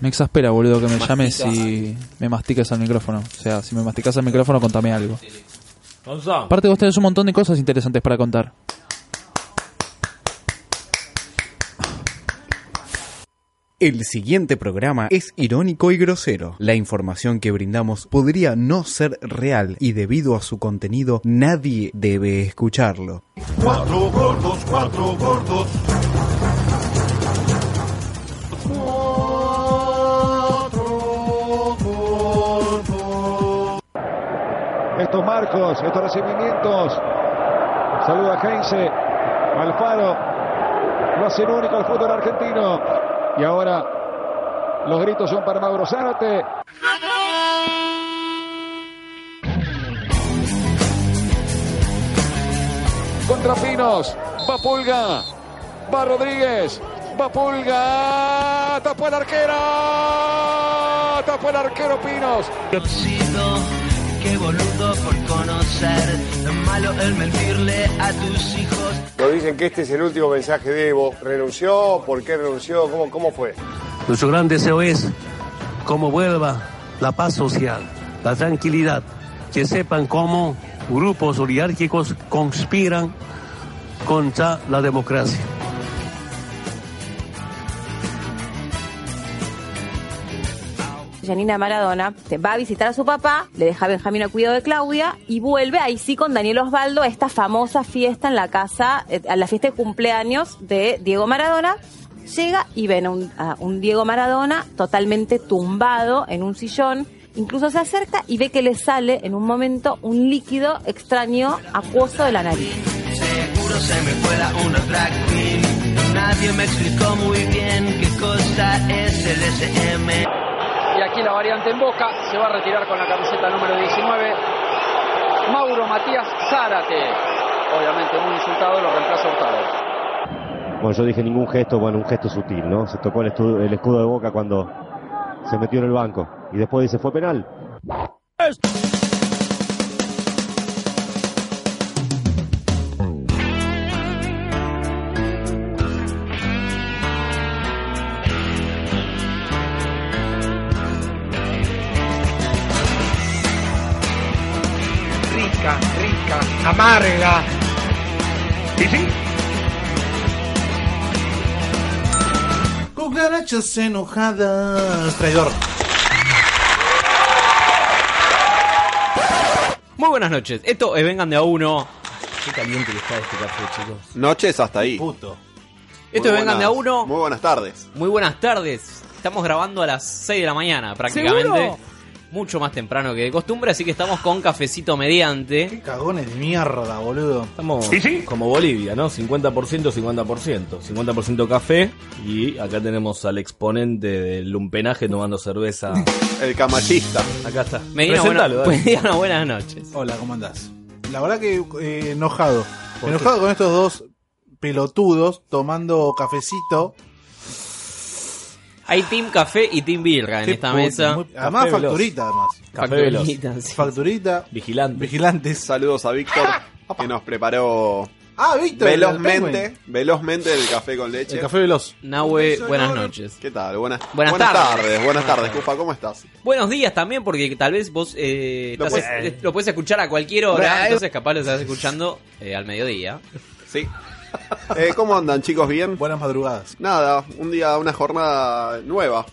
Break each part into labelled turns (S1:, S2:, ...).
S1: Me exaspera, boludo, que me llames y me masticas al micrófono. O sea, si me masticas al micrófono, contame algo.
S2: Gonzalo.
S1: Aparte, vos tenés un montón de cosas interesantes para contar.
S3: El siguiente programa es irónico y grosero. La información que brindamos podría no ser real y debido a su contenido nadie debe escucharlo.
S4: Cuatro gordos, cuatro gordos.
S5: Estos marcos, estos recibimientos. Saluda Heinze, Alfaro. Lo hacen único el fútbol argentino. Y ahora los gritos son para Mauro Zárate. Contra Pinos, va Pulga, va Rodríguez, va Pulga, tapó el arquero, tapó el arquero Pinos,
S6: Sido, qué boludo por conocer. Lo malo es mentirle a tus hijos.
S7: Nos dicen que este es el último mensaje de Evo. ¿Renunció? ¿Por qué renunció? ¿Cómo, cómo fue?
S8: Nuestro gran deseo es cómo vuelva la paz social, la tranquilidad, que sepan cómo grupos oligárquicos conspiran contra la democracia.
S9: Janina Maradona te va a visitar a su papá, le deja a Benjamín al cuidado de Claudia y vuelve ahí sí con Daniel Osvaldo a esta famosa fiesta en la casa, eh, a la fiesta de cumpleaños de Diego Maradona. Llega y ven a un, a un Diego Maradona totalmente tumbado en un sillón. Incluso se acerca y ve que le sale en un momento un líquido extraño acuoso de la nariz.
S6: Seguro se me cuela una drag queen. Nadie me explicó muy bien qué cosa es el SM.
S10: Y aquí la variante en boca se va a retirar con la camiseta número 19. Mauro Matías Zárate. Obviamente muy insultado, lo reemplaza Hurtado.
S11: Bueno, yo dije ningún gesto, bueno, un gesto sutil, ¿no? Se tocó el, estu- el escudo de boca cuando se metió en el banco. Y después dice, fue penal.
S12: rica, rica, amarga. ¿Y sí? Cucarachas enojadas. Traidor.
S13: Muy buenas noches. Esto es Vengan de a uno. Qué caliente que está este café, chicos.
S14: Noches hasta ahí.
S13: Esto es
S14: Muy
S13: Vengan de a
S14: buenas-
S13: uno.
S14: Muy buenas tardes.
S13: Muy buenas tardes. Estamos grabando a las 6 de la mañana prácticamente.
S14: ¿Seguro?
S13: Mucho más temprano que de costumbre, así que estamos con cafecito mediante. Qué
S12: cagones de mierda, boludo.
S2: Estamos como Bolivia, ¿no? 50%, 50%. 50% café y acá tenemos al exponente del lumpenaje tomando cerveza.
S14: El camachista.
S2: Acá está.
S13: Medina,
S2: Presentalo,
S13: bueno, pues.
S2: dale.
S13: Mediana, buenas noches.
S12: Hola, ¿cómo andás? La verdad que eh, enojado. Enojado con estos dos pelotudos tomando cafecito.
S13: Hay Team Café y Team Birra en
S12: Qué
S13: esta
S12: puta,
S13: mesa.
S12: muy- además
S13: Café
S12: facturita,
S13: veloz.
S12: además.
S13: Café Facturita, veloz. sí.
S12: Facturita.
S2: Vigilante.
S12: Vigilantes.
S14: Saludos a Víctor, que nos preparó
S12: Ah, Víctor. el
S14: velozmente,
S12: Penguin.
S14: velozmente el café con leche.
S12: El café veloz.
S13: Nahue, buenas noches.
S14: ¿Qué tal? Buenas,
S13: Buenas tardes.
S14: Buenas tardes,
S13: Buenas
S14: Cufa, ¿cómo estás?
S13: Buenos días también, porque tal vez vos eh,
S14: Lo
S13: estás-
S14: puedes-
S13: eh, lo puedes escuchar a cualquier hora,
S14: Bueno. eh,
S13: entonces capaz lo estás escuchando eh, al mediodía.
S14: Sí. Eh, ¿Cómo andan, chicos? ¿Bien?
S12: Buenas madrugadas.
S14: Nada, un día, una jornada nueva.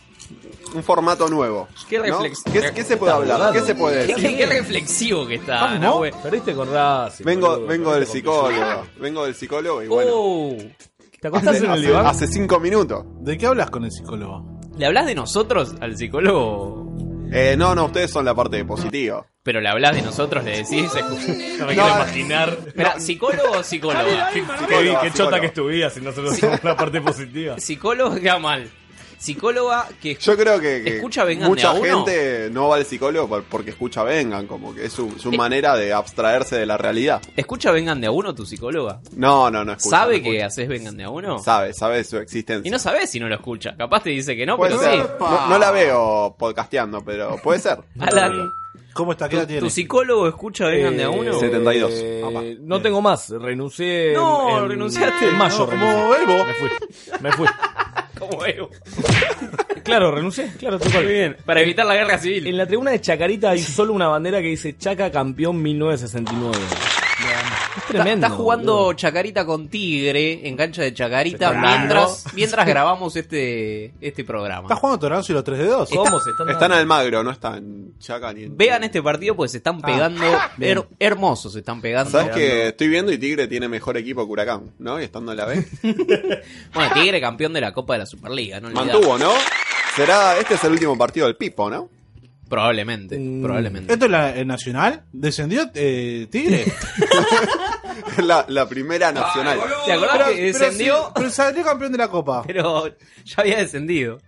S14: Un formato nuevo.
S13: Qué
S14: ¿no?
S13: reflex-
S14: ¿Qué, qué se puede hablar? ¿Qué se puede
S13: Qué, qué
S14: decir?
S13: reflexivo que está,
S14: Vamos,
S13: Nahue.
S2: Perdiste con Racing.
S14: Vengo, vengo del psicólogo. Vengo del psicólogo y bueno.
S13: Oh. ¿Te
S14: acostás en el Hace- diván? hace cinco minutos.
S12: ¿De qué hablas con el psicólogo?
S13: ¿Le hablas de nosotros al psicólogo?
S14: Eh, no, no, ustedes son la parte positiva.
S13: Pero le hablas de nosotros, le decís. No
S14: me quiero
S13: imaginar. ¿psicólogo o psicóloga?
S2: Qué, qué chota que estuvía si nosotros somos la parte positiva.
S13: Psicólogo queda mal. psicóloga que
S14: Yo creo que, que
S13: escucha vengan de a
S14: mucha
S13: uno.
S14: gente no va al psicólogo por- porque escucha vengan, como que es su,
S13: Eh,
S14: su manera de abstraerse de la realidad.
S13: ¿Escucha vengan de a uno tu psicóloga?
S14: No, no, no escucha.
S13: ¿Sabe
S14: no
S13: que
S14: escucha.
S13: haces vengan de a uno?
S14: Sabe, sabe de su existencia.
S13: Y no sabes si no lo escucha. Capaz te dice que no,
S14: Puede
S13: pero
S14: ser.
S13: sí.
S14: No, no la veo podcasteando, pero puede ser.
S13: Alan,
S12: ¿Cómo está?
S13: ¿tu, tu psicólogo escucha vengan de a uno?
S14: 72.
S2: Eh, no tengo más, renuncié. en-
S13: No,
S2: en
S13: renunciaste.
S2: mayo
S13: No,
S12: como
S2: renuncié.
S12: Evo.
S2: Me fui. Me fui.
S13: Como Evo.
S2: Claro, renuncié, claro, tal cual.
S13: Muy bien, para evitar la guerra civil.
S2: En la tribuna de Chacarita hay solo una bandera que dice Chaca campeón 1969. Es tremendo.
S13: Está, está jugando
S2: boludo.
S13: Chacarita con Tigre en cancha de Chacarita
S2: Se está
S13: mientras,
S2: ganando.
S13: mientras grabamos este, este programa.
S12: ¿Estás jugando Toranzo y los 3 de 2?
S13: ¿Cómo se están dando?
S14: Está en Almagro, no está en Chaca ni en...
S13: Vean este partido pues se están pegando
S14: bien.
S13: her- hermosos, se están pegando.
S14: ¿Sabes que estoy viendo y Tigre tiene mejor equipo que Huracán, ¿no? Y estando en la B.
S13: Bueno, Tigre campeón de la Copa de la Superliga, no olvidar.
S14: Mantuvo, ¿no? Será, este es el último partido del Pipo, ¿no?
S13: Probablemente, probablemente.
S12: ¿Esto es la, el Nacional? ¿Descendió eh, Tigre?
S14: la, la primera nacional.
S13: ¿Te acordás
S12: Pero-
S13: que descendió?
S12: Pero, sí, pero salió campeón de la Copa.
S13: Pero ya había descendido.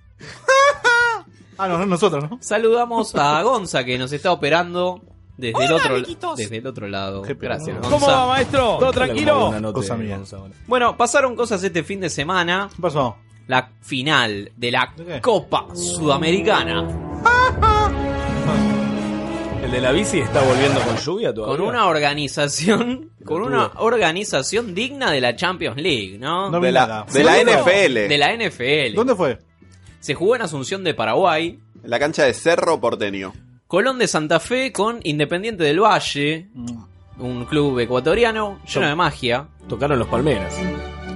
S12: Ah, no, no, nosotros, ¿no?
S13: Saludamos a Gonza que nos está operando desde el otro desde el otro lado. Gracias.
S2: ¿Cómo
S13: Gonza.
S2: va, maestro? ¿Todo tranquilo? Cosa mía.
S13: Bueno, pasaron cosas este fin de semana. ¿Qué
S12: pasó?
S13: La final de la Copa Sudamericana.
S2: El de la bici está volviendo con lluvia todavía.
S13: Con una organización, con una organización digna de la Champions League, ¿no?
S12: No vi De la- nada. de
S14: la
S13: ¿Seguro?
S14: NFL.
S13: De la NFL.
S12: ¿Dónde fue?
S13: Se jugó en Asunción de Paraguay.
S14: En la cancha de Cerro Porteño.
S13: Colón de Santa Fe con Independiente del Valle. Un club ecuatoriano lleno de magia.
S2: Tocaron los palmeras.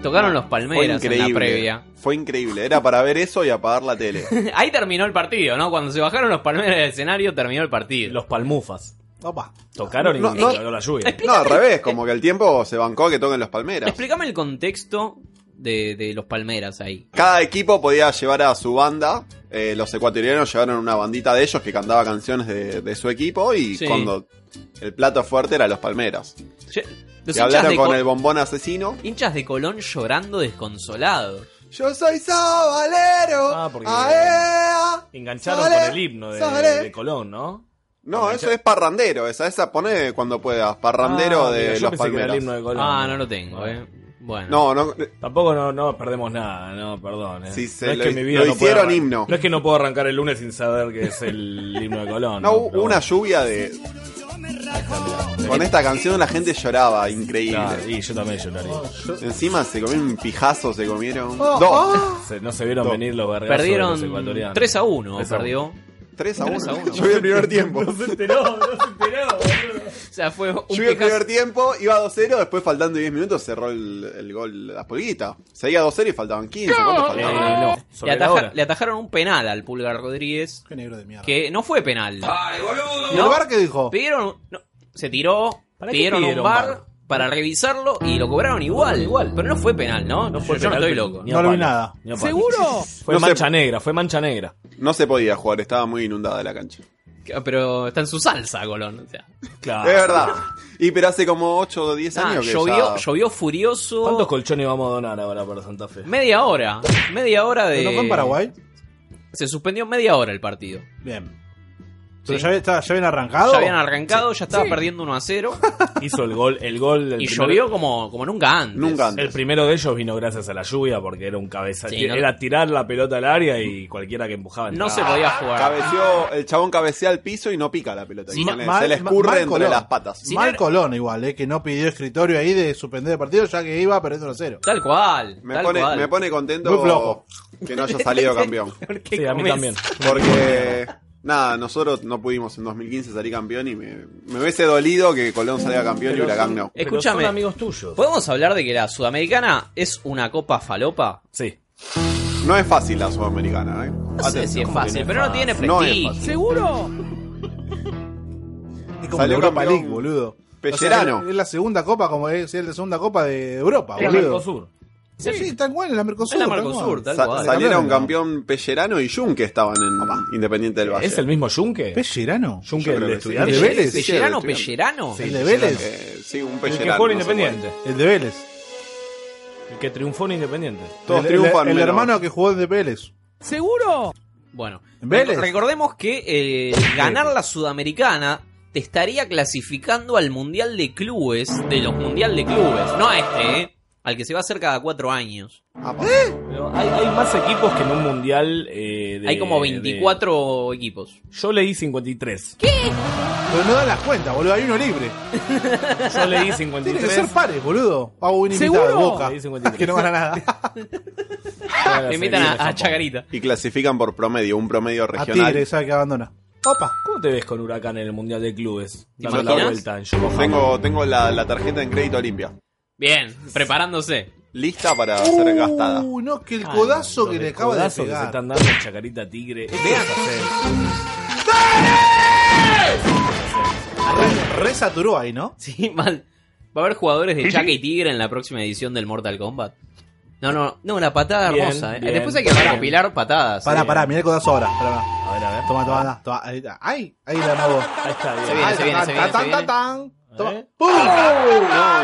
S13: Tocaron los
S14: Fue
S13: palmeras en la
S14: increíble.
S13: previa.
S14: Fue increíble. Era para ver eso y apagar la tele.
S13: Ahí terminó el partido, ¿no? Cuando se bajaron los palmeras del escenario, terminó el partido.
S2: Los palmufas.
S12: Opa.
S2: Tocaron y
S14: No, no.
S2: cayó la lluvia.
S14: No, al revés, como que el tiempo se bancó que toquen los palmeras.
S13: Explícame el contexto de, de los palmeras ahí.
S14: Cada equipo podía llevar a su banda. Eh, los ecuatorianos llevaron una bandita de ellos que cantaba canciones de, de su equipo y
S13: Sí.
S14: cuando el plato fuerte era los palmeras.
S13: Los
S14: Y
S13: hinchas
S14: hablaron
S13: de,
S14: con
S13: Col-
S14: el bombón asesino.
S13: hinchas de Colón llorando desconsolado.
S14: Yo soy Sabalero.
S2: Ah, porque
S14: aea.
S2: engancharon
S14: Sale,
S2: con el himno de,
S14: sale.
S2: de Colón, ¿no?
S14: No, eso es parrandero, esa, esa pone cuando puedas, parrandero
S2: Ah,
S14: de
S2: mira, yo
S14: los
S2: pensé que era el
S14: palmeras.
S2: himno de Colón.
S13: Ah, no lo tengo, eh. Bueno.
S14: No, no,
S2: Tampoco no, no perdemos nada, no, perdón. eh.
S14: Sí, se
S2: no es
S14: lo
S2: que
S14: hi-
S2: mi vida
S14: lo
S2: no pueda
S14: hicieron
S2: arran-
S14: himno.
S2: No es que no puedo arrancar el lunes sin saber que es el himno de Colón.
S14: no, hubo
S2: Pero
S14: una
S2: bueno.
S14: lluvia de... Con esta canción la gente lloraba, increíble.
S2: Claro, sí, yo también lloraría.
S14: Encima se comieron un pijazo, se comieron...
S2: Oh,
S14: dos.
S2: Se- no se vieron venir los vergazos de los
S13: Perdieron
S2: ecuatorianos.
S13: 3 a 1,
S2: 3 a 1.
S13: perdió.
S14: 3 a 1.
S13: Tres a uno.
S14: Yo vi el primer tiempo.
S2: No se enteró, no se enteró. boludo.
S13: O sea, fue un
S14: Yo vi el
S13: pijazo.
S14: primer tiempo, iba 2-0, después faltando 10 minutos cerró el, el gol la pulguita. Seguía 2-0 y faltaban 15. ¿Cuánto
S2: Eh,
S14: faltaban?
S2: no,
S13: le,
S2: sobre
S13: ataja-
S2: la hora.
S13: le atajaron un penal al Pulgar Rodríguez
S12: Qué negro de mierda.
S13: que no fue penal.
S12: ¿Y el bar qué dijo?
S13: Pidieron, no, se tiró,
S2: ¿Para qué
S13: pidieron, un
S2: pidieron
S13: bar,
S2: VAR?
S13: para revisarlo y lo cobraron igual, igual. Pero no fue penal, ¿no?
S2: No fue
S13: yo, yo no
S2: penal,
S13: estoy
S2: pero
S13: loco.
S2: ni a
S12: No lo vi
S2: palo,
S12: nada.
S2: ni a palo.
S13: ¿Seguro?
S2: Fue
S14: No sé.
S2: mancha negra, fue mancha negra.
S14: No se podía jugar, estaba muy inundada la cancha.
S13: Ah, Pero está en su salsa, Colón. O sea,
S2: Claro.
S14: Es verdad. Y pero hace como 8 o 10
S13: nada,
S14: años que
S13: Ah,
S14: ya-
S13: llovió, llovió furioso.
S2: ¿Cuántos colchones vamos a donar ahora para Santa Fe?
S13: Media hora. Media hora de.
S12: ¿No fue en Paraguay?
S13: Se suspendió media hora el partido.
S12: Bien. ¿Pero
S13: Sí.
S12: ya, había- estaba- ya habían arrancado?
S13: Ya habían arrancado, ya estaba perdiendo 1 a 0.
S2: Hizo el gol, el gol del
S13: y
S2: primero-
S13: llovió como, como nunca antes.
S14: Nunca antes.
S2: El primero de ellos vino gracias a la lluvia porque era un cabeza.
S13: Sí, no-
S2: Era tirar la pelota al área y cualquiera que empujaba.
S13: No
S2: entraba.
S13: se podía jugar.
S14: Cabeció, el chabón cabecea al piso y no pica la pelota.
S13: Sí,
S14: Y
S13: no-
S14: le-
S12: mal-
S14: se le
S12: ma-
S14: escurre
S12: mal
S14: entre
S12: Colón.
S14: las patas.
S13: Sí,
S12: Mal
S13: no-
S12: Colón igual, eh, que no pidió escritorio ahí de suspender el partido ya que iba perdiendo 0
S13: Tal cual.
S14: Me
S13: tal
S14: pone,
S13: cual.
S14: me pone contento
S12: Muy flojo.
S14: que no haya salido campeón.
S13: ¿Por qué
S2: Sí, a mí
S13: comes?
S2: también.
S14: Porque, nada, nosotros no pudimos en 2015 salir campeón y me, me hubiese dolido que Colón salga campeón y Huracán no.
S2: Pero
S13: Escúchame.
S2: son amigos tuyos.
S13: ¿Podemos hablar de que la Sudamericana es una copa falopa?
S2: Sí.
S14: No es fácil la Sudamericana, ¿eh?
S13: No sé si es fácil,
S2: es
S13: pero no
S2: fácil?
S13: tiene
S14: No es
S13: prestigio.
S14: fácil.
S13: ¿Seguro?
S12: Es como
S14: Salió
S12: la Europa
S14: campeón
S12: League, boludo.
S14: Pellerano.
S12: O sea, es la segunda copa, como es, es la segunda copa de Europa,
S2: Era
S12: boludo.
S2: Mercosur.
S12: Sí, sí, tal cual, en la Mercosur.
S13: Es la
S12: tal
S13: Mercosur,
S12: cual.
S13: tal
S14: Sa-
S13: cual.
S14: salieron campeón Pellerano y Jun que estaban en Independiente del Valle.
S2: ¿Es el mismo Yunque?
S12: ¿Pellerano?
S2: ¿Yunque
S14: Yo
S2: el
S14: creo
S2: de
S14: que sí.
S2: estudiar?
S12: ¿De Vélez?
S14: Sí,
S13: ¿Pellerano,
S14: estudiante.
S13: Pellerano?
S12: ¿El de Vélez?
S14: Eh, sí, un
S2: El que
S14: Pellerano.
S2: jugó en
S14: no sé cuál.
S2: Independiente.
S12: El de Vélez.
S2: El que triunfó en Independiente.
S14: Todos
S12: el,
S14: triunfan
S12: el- el
S14: menos-
S12: hermano que jugó en de Vélez.
S15: ¿Seguro?
S13: Bueno,
S15: Vélez.
S13: rec- recordemos que eh, ganar la Sudamericana te estaría clasificando al Mundial de Clubes, de los Mundial de Clubes, no a este, ¿eh? al que se va a hacer cada cuatro años.
S2: Pero hay, hay más equipos que en un mundial. eh, de-
S13: Hay como
S2: de-
S13: 24 equipos.
S2: Yo leí 53.
S12: Pero no dan las cuentas, boludo. Hay uno libre.
S2: Yo leí
S12: Tiene
S2: 53.
S12: que ser pares, boludo. Hago un invitado de
S2: ¿Seguro?
S12: boca.
S2: Leí 53.
S12: Que no gana nada.
S13: Me invitan a- a Chacarita.
S14: Y clasifican por promedio, un promedio regional.
S12: Tigre, sabe que abandona.
S2: Opa, ¿cómo te ves con Huracán en el Mundial de Clubes?
S14: ¿Te
S2: Dando la
S14: imaginas?
S2: vuelta en Yokohama.
S14: Tengo, tengo la, la tarjeta en crédito limpia.
S13: Bien, preparándose.
S14: Lista para
S13: Uh.
S14: ser gastada.
S12: Uy, no, que el codazo que le acaba de
S2: Codazo que se
S12: pegar.
S2: están dando en Chacarita Tigre. Esto es
S12: Resaturó ahí, ¿no?
S13: Sí, mal. Va a haber jugadores de
S12: Sí, sí.
S13: Chaca y Tigre en la próxima edición del Mortal Kombat. No, no, no, una patada
S12: Bien,
S13: hermosa. ¿eh?
S12: bien,
S13: Después hay que
S12: bien.
S13: recopilar patadas.
S12: Pará,
S13: ¿eh?
S12: pará, mirá el codazo ahora. Pará, pará.
S2: A ver, a ver.
S12: Toma, toma, da, toma. Ahí está. Ay, ahí la mago. Ahí
S2: está,
S13: Se viene, se viene, se viene, se viene.
S12: Toma. ¡Pum!
S14: No,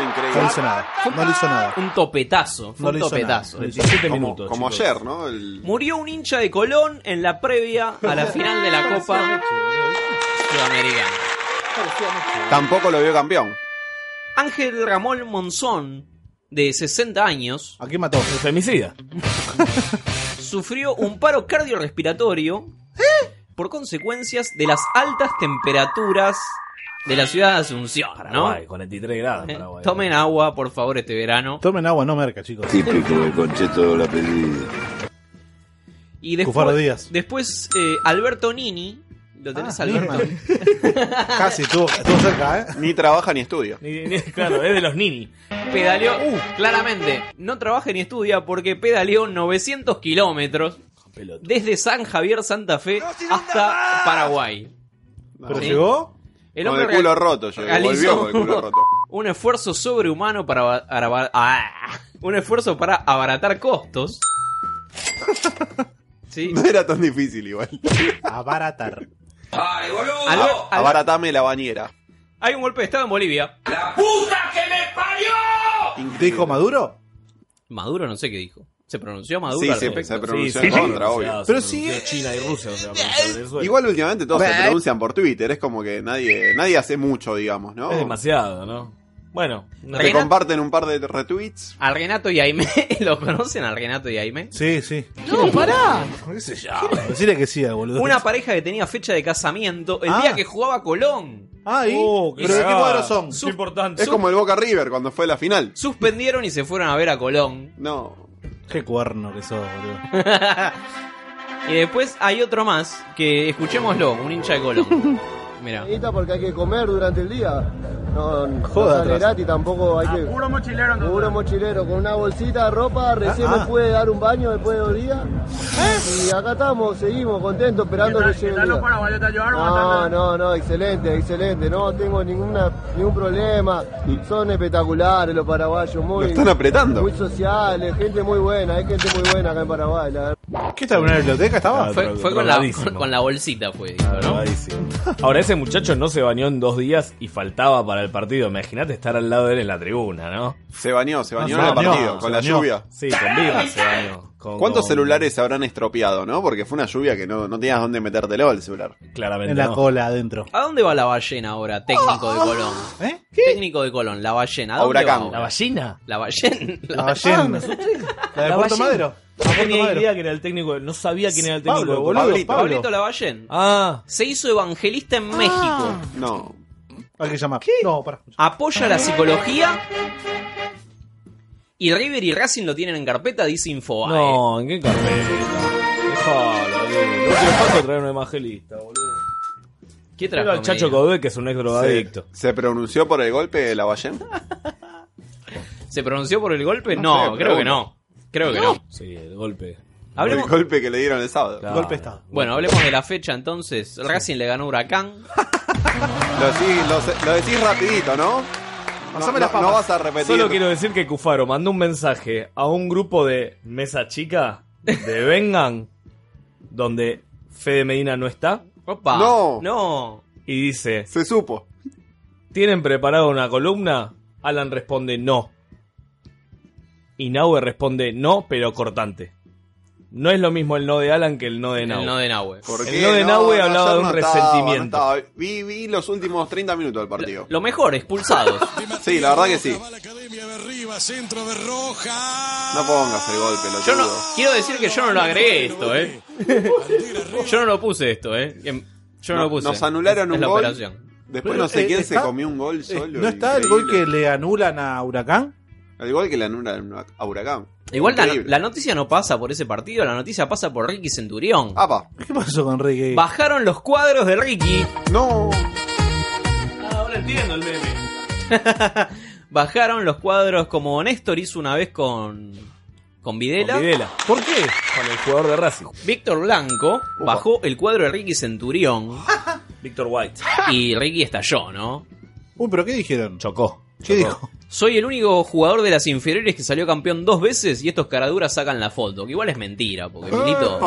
S12: No le hizo nada. No le hizo nada.
S13: Un topetazo, fue
S12: No
S13: un
S12: le hizo
S13: topetazo.
S12: nada.
S13: el
S14: como,
S13: minutos,
S14: como
S13: chicos.
S14: ayer, ¿no? El-
S13: Murió un hincha de Colón en la previa a la final de la
S12: Ah,
S13: Copa Sudamericana.
S14: Tampoco lo vio campeón.
S13: Ángel Ramón Monzón, de 60 años.
S12: ¿A quién mató? El
S2: femicida.
S13: Sufrió un paro cardiorrespiratorio por consecuencias de las altas temperaturas de la ciudad de Asunción, ¿no?
S2: Paraguay, 43 grados.
S13: Eh,
S2: Paraguay.
S13: Tomen agua, por favor, este verano.
S12: Tomen agua, no merca, chicos.
S4: Típico del concepto de la pedida.
S13: Y
S12: Cufaro
S13: después,
S12: Díaz.
S13: después eh, Alberto Nini. ¿Lo tenés,
S12: Ah,
S13: Alberto?
S12: Casi estuvo, estuvo cerca, ¿eh?
S14: Ni trabaja ni estudia.
S2: claro, es de los Nini.
S13: Pedaleó, uh, claramente, no trabaja ni estudia porque pedaleó 900 kilómetros desde San Javier, Santa Fe, hasta Paraguay.
S12: ¿Pero
S13: Sí.
S12: llegó?
S13: El
S14: Con
S13: hombre
S14: el culo
S13: real-
S14: roto, llegó.
S13: realizó
S14: Volvió con el culo roto.
S13: Un esfuerzo sobrehumano para, aba- araba- ah, un esfuerzo para abaratar costos. Sí.
S14: No era tan difícil igual. Ah,
S12: Abaratar.
S13: Albert- Albert-
S14: Abaratame la bañera.
S13: hay un golpe de estado en Bolivia.
S12: ¿Dijo Maduro?
S13: Maduro no sé qué dijo. ¿Se pronunció Maduro?
S14: Sí,
S13: al
S14: se-
S13: respecto?
S14: se pronunció en contra, obvio.
S12: Pero eh,
S2: Pero sí. China y Rusia. o sea, Venezuela.
S14: Igual últimamente todos se
S2: Bueno.
S14: pronuncian por Twitter, es como que nadie, nadie hace mucho, digamos, ¿no?
S12: oh.
S2: Es demasiado, ¿no? Bueno,
S14: Te
S13: Renato-
S14: comparten un par de retweets.
S13: Al Renato y Aime. ¿Lo conocen al Renato y Aime?
S12: Sí, sí.
S15: No, pará.
S12: Decirle que sí, boludo.
S13: Una pareja que tenía fecha de casamiento el día que jugaba Colón.
S12: Ay,
S2: Oh,
S13: qué
S12: pero ¿de qué
S13: cagada.
S12: cuadro son?
S13: Qué importante.
S14: Es como el Boca River cuando fue la final.
S13: Suspendieron y se fueron a ver a Colón.
S14: No.
S12: Qué cuerno que sos, boludo.
S13: Y después hay otro más que escuchémoslo, un hincha de Colón. Mira.
S12: Eh,
S16: porque hay que comer durante el día. No, no
S13: Joda,
S16: sale
S13: atrás.
S16: gratis tampoco hay que. Ah, puro mochilero, Puro mochilero, con una bolsita de ropa, recién
S12: Ah, ah.
S16: me pude dar un baño después de dos días. Y acá estamos, seguimos contentos, esperando que llegue. el día. No, no, no, excelente, excelente. No tengo ninguna, ningún problema. Son espectaculares los paraguayos, muy.
S14: Lo están apretando.
S16: Muy sociales, gente muy buena, hay gente muy buena acá en Paraguay, la verdad.
S12: ¿Qué está en una biblioteca? ¿Estaba?
S13: Ah, Fue, fue con, la, con, con la bolsita, fue, dijo, ¿no?
S2: Ahora, ese muchacho no se bañó en dos días y faltaba para el partido. Imagínate estar al lado de él en la tribuna, ¿no?
S14: Se bañó, se bañó
S2: se
S14: en el
S2: bañó,
S14: partido,
S2: se
S14: con la
S2: bañó.
S14: lluvia.
S2: Sí, con birra se bañó. Con-
S14: ¿Cuántos
S2: con-
S14: celulares se habrán estropeado, no? Porque fue una lluvia que no, no tenías dónde metértelo el celular.
S2: Claramente
S12: En la cola adentro.
S13: ¿A dónde va la ballena ahora, técnico de Colón? Técnico de Colón, la ballena. ¿A dónde
S14: Huracán.
S13: va ahora?
S14: ¿La
S2: ballena?
S13: La ballena.
S12: La ballena. ¿La de
S2: La
S12: Puerto
S2: ballena.
S12: Madero?
S2: No tenía
S12: Madero.
S2: idea que era el técnico. de- No sabía quién era el técnico.
S12: Pablo,
S2: de
S12: boludo,
S2: Pablito.
S12: Pablo.
S13: Pablito Lavallén.
S2: Ah.
S13: Se hizo evangelista en México.
S14: No.
S12: Hay que llamar. No, pará.
S13: Apoya la psicología. Y River y Racing lo tienen en carpeta, dice Infobae.
S2: No, ¿en qué carpeta? Dejalo, boludo. No te paso a traer un evangelista, boludo.
S13: ¿Qué trajo,
S2: Era el
S13: me
S2: Chacho
S13: diga?
S2: Codé, que es un ex drogadicto.
S14: ¿Se, se pronunció por el golpe de la ballena?
S13: ¿Se pronunció por el golpe?
S14: No
S13: No,
S14: sé,
S13: creo que
S14: pregunto.
S13: no. Creo que no.
S2: Sí, el golpe.
S13: Hablemos-
S14: El golpe que le dieron el sábado.
S12: Golpe está.
S13: Bueno, hablemos de la fecha entonces. El Racing le ganó a Huracán.
S14: Lo, decís- lo- lo decís rapidito, ¿no? No,
S12: Pasame las
S14: no-
S12: papas.
S14: no vas a repetir.
S2: Solo quiero decir que Cufaro mandó un mensaje a un grupo de mesa chica de Vengan, donde Fede Medina no está.
S13: Opa.
S14: No.
S13: No.
S2: Y dice:
S14: Se supo.
S2: ¿Tienen preparada una columna? Alan responde: No. Y Nahue responde: No, pero cortante. No es lo mismo el no de Alan que el no de Nahue.
S13: no de Nahue.
S14: ¿Por
S2: El
S14: qué?
S2: no de Nahue hablaba
S14: ayer
S2: de un
S14: no estaba,
S2: resentimiento.
S14: no estaba. Vi, vi los últimos 30 minutos del partido.
S13: Lo mejor, expulsados.
S14: sí, la verdad que sí. No pongas el golpe, lo
S13: Yo no, quiero decir que yo no lo agregué esto, ¿eh? Yo no lo puse esto, ¿eh? Yo no,
S14: No,
S13: lo puse.
S14: nos anularon
S13: Es
S14: un
S13: la
S14: gol.
S13: operación.
S14: Después
S12: Pero,
S14: no sé
S12: eh,
S14: quién se
S12: está-
S14: comió un gol
S12: Eh,
S14: solo.
S12: ¿No está el gol que le anulan a Huracán?
S14: El gol que le anulan a- a Huracán.
S13: Igual la,
S14: Increíble.
S13: la noticia no pasa por ese partido, la noticia pasa por Ricky Centurión.
S14: Ah,
S12: ¿Qué pasó con Ricky?
S13: Bajaron los cuadros de Ricky.
S14: No.
S13: Ahora entiendo el meme. Bajaron los cuadros como Néstor hizo una vez con. Con Videla.
S2: Con Videla.
S13: ¿Por qué?
S2: Con el jugador de Racing.
S13: Víctor Blanco bajó el cuadro de Ricky Centurión.
S2: Víctor White.
S13: Y Ricky estalló, ¿no?
S12: Uy, pero ¿qué dijeron?
S2: Chocó.
S12: ¿Qué dijo?
S13: Soy el único jugador de las inferiores que salió campeón dos veces y estos caraduras sacan la foto. Que igual es mentira, porque Milito.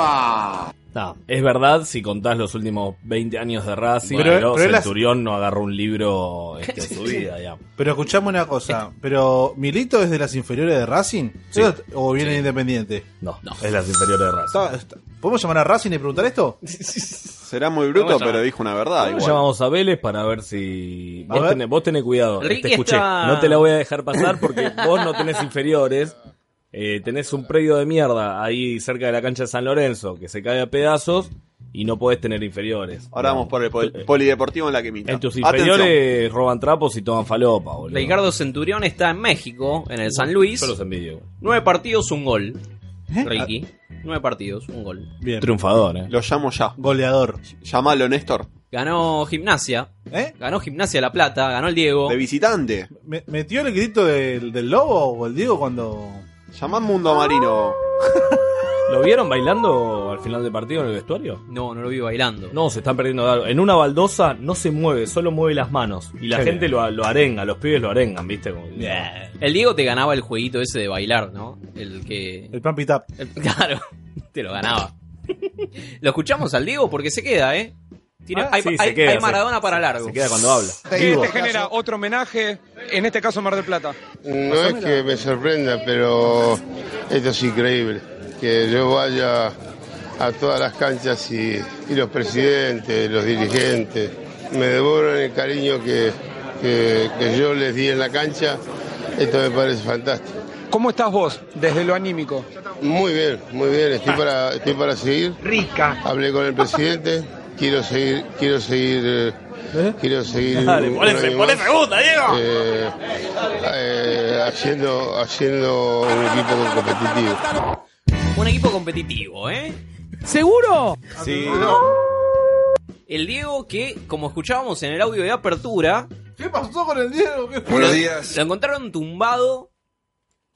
S2: No, es verdad si contás los últimos 20 años de Racing,
S12: Bueno,
S2: pero,
S12: pero él
S2: Centurión no agarró un libro este, en su vida, ya.
S12: Pero escuchame una cosa, pero Milito es de las inferiores de Racing
S2: Sí.
S12: o viene independiente.
S2: No, es las inferiores de Racing.
S12: Está- está- ¿Podemos llamar a Racing y preguntar esto?
S14: Será muy bruto,
S2: Vamos a-
S14: pero dijo una verdad.
S2: ¿Cómo
S14: igual.
S2: llamamos a Vélez para ver si. Vos,
S14: ver.
S2: Tenés, vos tenés cuidado.
S14: Ricky
S2: te escuché.
S14: está-
S2: No te la voy a dejar pasar porque vos no tenés inferiores. Eh, tenés un predio de mierda ahí cerca de la cancha de San Lorenzo que se cae a pedazos y no podés tener inferiores.
S14: Ahora
S2: No.
S14: vamos por el pol- polideportivo en la que mita.
S2: En tus
S14: Atención.
S2: inferiores roban trapos y toman falopa, boludo.
S13: Ricardo Centurión está en México, en el San Luis.
S2: Yo los envidio.
S13: Nueve partidos, un gol. Ricky. Nueve partidos, un gol.
S12: Bien.
S2: Triunfador, eh.
S14: Lo llamo ya.
S12: Goleador.
S14: Llamalo, Néstor.
S13: Ganó Gimnasia.
S12: ¿Eh?
S13: Ganó Gimnasia La Plata, ganó el Diego.
S14: De visitante.
S12: Me- ¿Metió el grito del, del lobo o el Diego cuando...
S14: Llamá Mundo Marino.
S2: ¿Lo vieron bailando al final del partido en el vestuario?
S13: No, no lo vi bailando.
S2: No, se están perdiendo de algo. En una baldosa no se mueve, solo mueve las manos. Y la
S13: Qué
S2: gente lo, lo arenga, los pibes lo arengan, ¿viste? Como-
S13: El Diego te ganaba el jueguito ese de bailar, ¿no? El que.
S12: El Pampi Tap.
S13: el- Claro, te lo ganaba. lo escuchamos al Diego porque se queda, ¿eh? Tiene-
S15: Ah,
S13: hay,
S15: sí, se
S13: hay-
S15: queda,
S13: hay Maradona
S15: se-
S13: para largo.
S15: se
S2: queda cuando habla.
S15: Este genera otro homenaje, en este caso Mar del Plata.
S17: No es que me sorprenda, pero esto es increíble. Que yo vaya a todas las canchas y, y los presidentes, los dirigentes, me devoran el cariño que, que- que yo les di en la cancha. Esto me parece fantástico.
S15: ¿Cómo estás vos desde lo anímico?
S17: Muy bien, muy bien. Estoy para, estoy para seguir. Rica. Hablé con el presidente. Quiero seguir, quiero seguir, eh, quiero seguir.
S15: Dale,
S17: un-
S15: ponle-
S17: un año
S15: ponle
S17: más.
S15: segunda, Diego.
S17: Eh, eh, haciendo, haciendo un equipo competitivo.
S13: Un equipo competitivo, ¿eh?
S15: ¿Seguro?
S17: Sí.
S13: El Diego que, como escuchábamos en el audio de apertura,
S12: ¿Qué pasó con el Diego? ¿Qué-
S13: lo, Lo encontraron tumbado.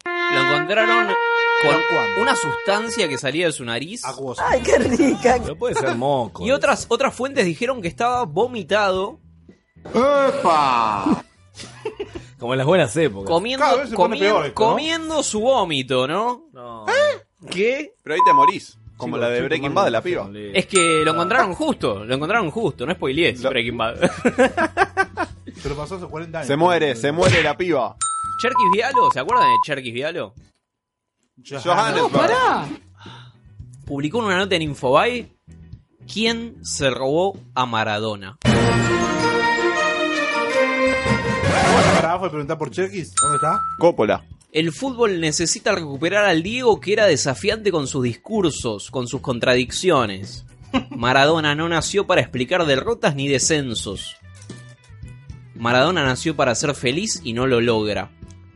S13: Lo encontraron con una sustancia que salía de su nariz.
S12: Ah,
S2: Ay,
S13: qué rica.
S2: No puede ser moco.
S13: Y otras, otras fuentes dijeron que estaba vomitado.
S2: Como en las buenas épocas.
S13: Comiendo,
S2: Cada vez se pone
S13: comiendo,
S2: peor esto, ¿no?
S13: comiendo su vómito, ¿no? ¿Qué?
S14: Pero ahí te morís. Como
S13: Chicos,
S14: la de
S13: estoy
S14: Breaking
S13: tomando
S14: Bad, la
S13: café
S14: piba.
S13: Es que lo encontraron justo, lo encontraron justo, no es spoilees, Breaking Bad.
S12: Se lo pasó hace 40 años.
S14: Se muere, se muere la piba.
S13: Cherkis Vialo, ¿se acuerdan de Cherkis Vialo?
S14: Johannes, pará.
S13: Publicó una nota en Infobay. ¿Quién se robó a Maradona?
S12: Para abajo y preguntar por Cherkis. ¿Dónde está?
S14: Coppola.
S13: El fútbol necesita recuperar al Diego que era desafiante con sus discursos, con sus contradicciones. Maradona no nació para explicar derrotas ni descensos. Maradona nació para ser feliz y no lo logra.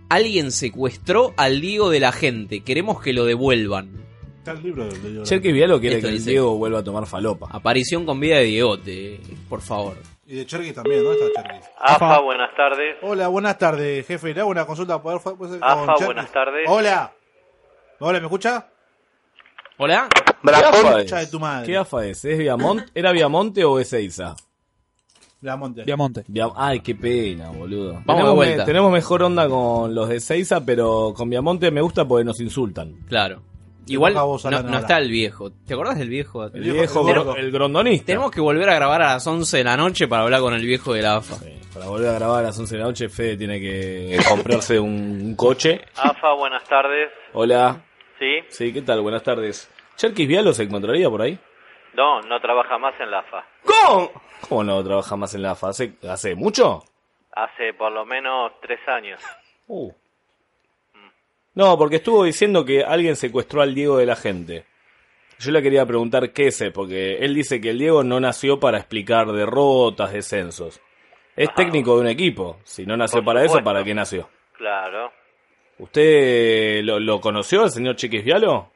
S13: Alguien secuestró al Diego de la gente. Queremos que lo devuelvan.
S12: Está el libro del Diego.
S2: Cherkis Vialo quiere
S13: Esto
S2: que el
S13: dice.
S2: Diego vuelva a tomar falopa.
S13: Aparición con vida de Diegote, por favor.
S12: Y de Cherkis también, ¿dónde está Cherkis?
S18: AFA, buenas tardes.
S12: Hola, buenas tardes, jefe. Le hago una consulta. ¿Puedo hacer con
S18: AFA,
S12: Cherkis?
S18: buenas tardes.
S12: Hola. Hola, ¿me escucha?
S13: Hola.
S2: ¿Qué AFA
S12: Concha de
S2: es?
S12: tu madre.
S2: ¿Qué AFA es? ¿Es Viamonte? ¿Era Viamonte o es Ezeiza?
S12: La Monte.
S2: Viam- Ay, qué pena, boludo.
S13: Vamos de
S2: tenemos,
S13: vuelta.
S2: me- tenemos mejor onda con los de Seiza, pero con Viamonte me gusta porque nos insultan.
S13: Claro. Igual
S2: toca a
S13: no,
S2: vos, Alan,
S13: no
S2: ahora.
S13: está el viejo. ¿Te acordás del viejo?
S2: El viejo,
S13: Pero-
S2: el grondonista.
S13: Tenemos que volver a grabar a las 11 de la noche para hablar con el viejo de la AFA.
S2: Para volver a grabar a las 11 de la noche, Fede tiene que comprarse un, un coche.
S18: AFA, buenas tardes.
S2: Hola.
S18: Sí.
S2: Sí, ¿qué tal? Buenas tardes. ¿Cherkis Vialo se encontraría por ahí?
S18: No, no trabaja más en la FA.
S2: ¿Cómo? ¿Cómo no trabaja más en la AFA? ¿Hace, hace mucho?
S18: Hace por lo menos tres años.
S2: Uh. Mm. No, porque estuvo diciendo que alguien secuestró al Diego de la gente. Yo le quería preguntar qué es, porque él dice que el Diego no nació para explicar derrotas, descensos. Es técnico de un equipo. Si no nació
S18: Por
S2: para eso,
S18: supuesto.
S2: ¿para qué nació?
S18: Claro.
S2: ¿Usted lo, lo conoció, el señor Chiquis Vialo?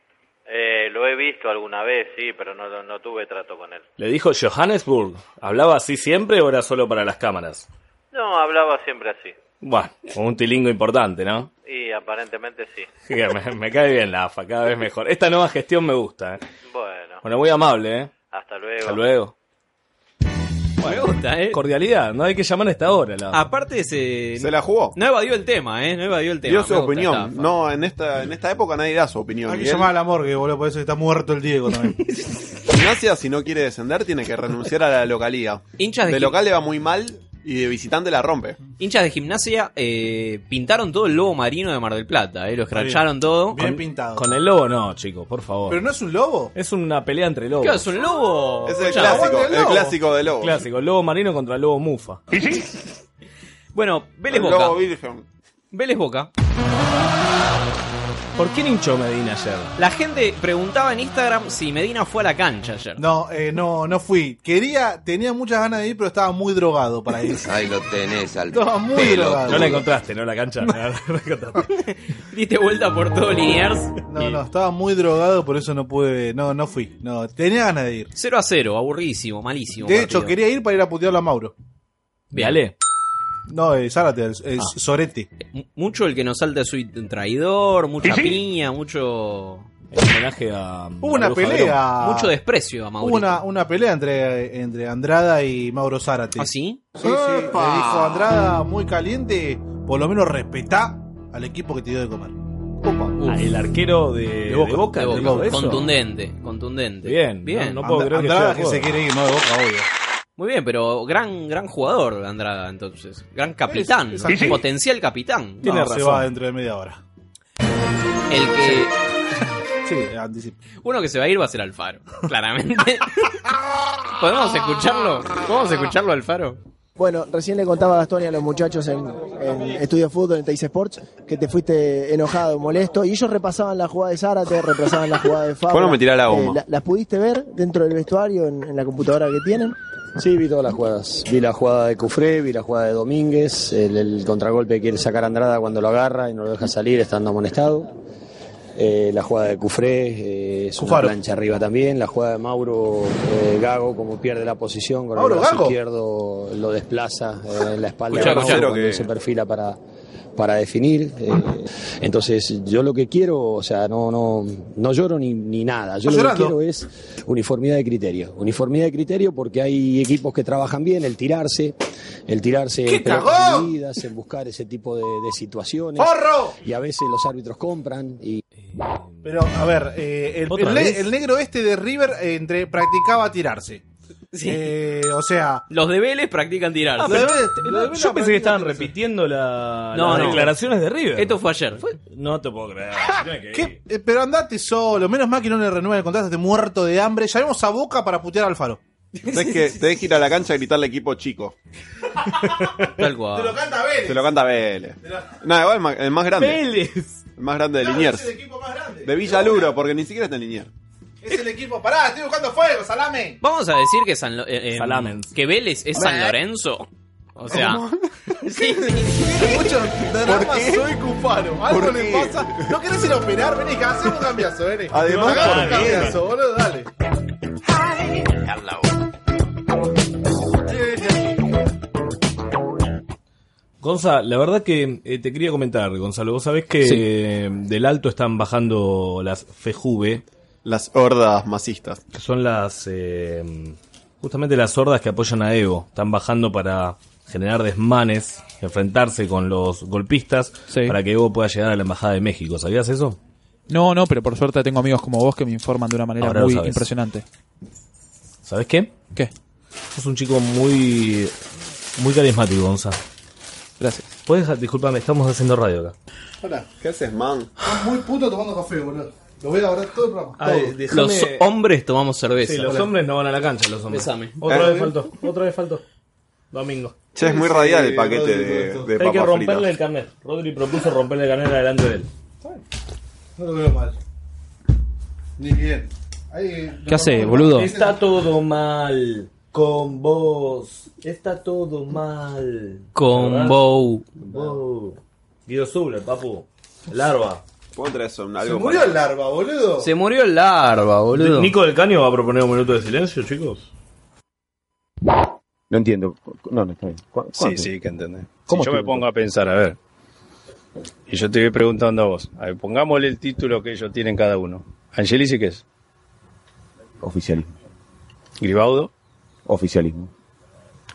S18: Eh, lo he visto alguna vez, sí, pero no, no- no tuve trato con él.
S2: ¿Le dijo Johannesburg? ¿Hablaba así siempre o era solo para las cámaras?
S18: No, hablaba siempre así.
S2: Bueno, un tilingo importante, ¿no?
S18: Y aparentemente sí.
S2: Sí, Me, me cae bien la AFA, cada vez mejor. Esta nueva gestión me gusta. ¿eh?
S18: Bueno,
S2: Bueno, muy amable, ¿eh?
S18: hasta luego.
S2: Hasta luego.
S13: Me gusta, ¿eh?
S2: Cordialidad, no hay que llamar a esta hora. La...
S13: Aparte se...
S14: Se la jugó.
S13: No evadió el tema, ¿eh? No evadió el tema.
S14: Dio su
S13: Me gusta esta
S14: opinión.
S13: AFA.
S14: No, en esta, en esta época nadie da su opinión.
S12: Hay que
S14: Y él-
S12: llamar a la morgue, boludo, por eso está muerto el Diego también.
S14: Ignacia, si no quiere descender, tiene que renunciar a la localía.
S13: Hinchas de
S14: de
S13: Gim-
S14: local le va muy mal y de visitante la rompe.
S13: Hinchas de gimnasia eh, pintaron todo el lobo marino de Mar del Plata, ¿eh? Lo escracharon
S2: Bien.
S13: todo.
S2: Bien
S13: Con-
S12: pintado.
S2: Con el lobo no, chicos, por favor.
S12: Pero no es un lobo.
S2: Es una pelea entre lobos.
S13: ¿Qué, es un lobo?
S14: Es el
S13: Escuchá.
S14: clásico, el clásico de lobo.
S2: Clásico, lobo marino contra lobo mufa.
S13: Bueno, Vélez
S14: El
S13: Boca.
S14: lobo virgen.
S13: Vélez Boca.
S2: ¿Por qué hinchó Medina ayer?
S13: La gente preguntaba en Instagram si Medina fue a la cancha ayer.
S12: No, eh, no, no fui. Quería, tenía muchas ganas de ir, pero estaba muy drogado para ir.
S4: Ahí lo tenés al
S12: Estaba muy drogado.
S2: No la encontraste, ¿no? La cancha.
S13: Diste vuelta por todo Liniers.
S12: No, no, estaba muy drogado, por eso no pude, no, no fui. No, tenía ganas de ir.
S13: 0 a 0, aburrísimo, malísimo.
S12: De
S13: partido.
S12: hecho, quería ir para ir a putearlo a Mauro.
S2: Viale.
S12: No, eh, Zárate, el- el
S13: Ah.
S12: Sorete.
S13: M- Mucho el que nos salta es un traidor, mucha piña, mucho.
S2: homenaje a.
S12: Hubo una pelea.
S13: Mucho desprecio a Mauro.
S12: Ah. Hubo una, una pelea entre, entre Andrada y Mauro Zárate. ¿Ah,
S13: sí?
S12: Sí, Le dijo Andrada, muy caliente, por lo menos respetá al equipo que te dio de comer.
S2: Ah, el arquero de, de Boca.
S13: De Boca.
S2: ¿te dijo eso?
S13: Contundente, contundente.
S2: Bien,
S13: bien.
S2: no- no puedo creer que Andrada esté de que se acuerdo. quiere ir, no de Boca, obvio.
S13: Muy bien, pero gran, gran jugador Andrada, entonces. Gran capitán,
S12: Es- es-
S13: potencial capitán.
S12: Tiene
S13: No,
S12: Se va dentro de media hora.
S13: El que.
S12: Sí, anticipo.
S13: Uno que se va a ir va a ser Alfaro, claramente. ¿Podemos escucharlo? ¿Podemos escucharlo, Alfaro?
S19: Bueno, recién le contaba a Gastón y a los muchachos en, en Estudio de Fútbol, en Teis Sports, que te fuiste enojado, molesto, y ellos repasaban la jugada de Zárate, repasaban la jugada de Fabra. Eh,
S14: Vos no me tirás la goma.
S19: ¿la- ¿Las pudiste ver dentro del vestuario, en, en la computadora que tienen?
S20: Sí, vi todas las jugadas. Vi la jugada de Cufré, vi la jugada de Domínguez, el, el contragolpe que quiere sacar Andrada cuando lo agarra y no lo deja salir estando amonestado. Eh, la jugada de Cufré eh, es una
S12: Cufaro.
S20: plancha arriba también. La jugada de Mauro eh, Gago, como pierde la posición con
S12: Mauro
S20: el brazo
S12: Gago.
S20: izquierdo, lo desplaza eh, en la espalda Escuchá, de Mauro escuchá. cuando él se perfila para, para definir. Eh, entonces, yo lo que quiero, o sea, no, no, no lloro ni, ni nada. Ah,
S12: ¿Estás
S20: Yo lo que
S12: llorando?
S20: quiero es uniformidad de criterio. Uniformidad de criterio porque hay equipos que trabajan bien, el tirarse, el tirarse en pelotas
S12: cagón!
S20: divididas, en buscar ese tipo de, de situaciones.
S12: ¡Porro!
S20: Y a veces los árbitros compran y...
S12: Pero, a ver, eh, el,
S20: ¿Otra
S12: el ne-
S20: vez?
S12: el negro este de River eh, entre, practicaba tirarse. Eh, o sea,
S13: Los de Vélez practican tirarse.
S12: Ah, pero- lo de Vélez
S2: Yo pensé que estaban
S12: practica-
S2: repitiendo la,
S13: No,
S2: las
S13: no.
S2: declaraciones de River.
S13: Esto fue ayer.
S2: No te puedo creer. Tiene que ir.
S12: ¿qué? Eh, pero andate solo. Menos mal que no le renueva el contrato, este muerto de hambre. Llamemos a Boca para putear al faro.
S14: Tenés que, tenés que ir a la cancha a gritarle equipo chico.
S13: Tal cual.
S12: Te lo canta Vélez.
S14: Ah. Te lo canta Vélez. No, igual el más, el más grande. El más grande de Liniers. De Villaluro, porque ni siquiera está en Liniers.
S12: Es el equipo. Pará, estoy buscando fuego, salame.
S13: Vamos a decir que San Lo- eh, eh, que Vélez es San
S12: Bah.
S13: Lorenzo. O sea, sí,
S12: Mucho
S14: ¿Por qué?
S12: soy cuparo. Algo
S14: ¿Por
S12: le
S14: qué?
S12: pasa. ¿No querés ir a operar? Vení, acá, hacemos un cambiazo, vení.
S14: Además,
S12: Hagamos un
S14: ¿por qué?
S12: cambiazo, boludo, dale.
S2: Gonza, la verdad que eh, te quería comentar, Gonzalo. Vos sabés que eh, del alto están bajando las FEJUVE.
S14: Las hordas masistas.
S2: Que son las. eh, justamente las hordas que apoyan a Evo. Están bajando para generar desmanes, enfrentarse con los golpistas. Para que Evo pueda llegar a la Embajada de México. ¿Sabías eso?
S1: No, no, pero por suerte tengo amigos como vos que me informan de una manera
S2: Ahora lo
S1: muy
S2: sabes.
S1: impresionante.
S2: ¿Sabés qué?
S1: ¿Qué?
S2: Sos un chico muy. Muy carismático, Gonza.
S1: Gracias.
S2: ¿Puedes? Disculpame, estamos haciendo radio acá.
S12: Hola.
S14: ¿Qué haces, man?
S12: Estás muy puto tomando café, boludo. Lo voy a grabar todo el programa.
S13: Ay, Eh, déjame- Los hombres tomamos cerveza.
S2: Sí, los
S13: Hola.
S2: hombres no van a la cancha, los hombres.
S13: Bésame.
S2: Otra
S13: Ah.
S2: vez faltó, otra vez faltó. Domingo.
S14: Che, es muy radial el paquete de, de
S2: Hay que
S14: papas
S2: romperle
S14: fritas.
S2: el carnet. Rodri propuso romperle el carnet adelante de él.
S12: No lo veo mal. Ni bien. Ahí-
S1: ¿Qué hace, boludo?
S2: Está todo mal con vos. Está todo mal.
S13: Con
S2: ¿Verdad?
S13: Bow.
S2: Bow. Guido Zuller, papu. Larva.
S14: ¿Puedo traer eso?
S12: Se
S14: Algo
S12: murió
S14: para-
S12: el larva, boludo.
S13: Se murió el larva, boludo.
S2: ¿Nico del Caño va a proponer un minuto de silencio, chicos?
S11: No entiendo. No, no está bien. ¿Cu-
S21: Sí,
S11: cuánto?
S21: sí, que entendés.
S11: ¿Cómo
S21: si yo me
S11: estuvo?
S21: pongo a pensar, a ver. Y yo te voy preguntando a vos. A ver, pongámosle el título que ellos tienen cada uno. Angelici, ¿qué es?
S11: Oficialismo.
S21: Gribaudo,
S11: Oficialismo.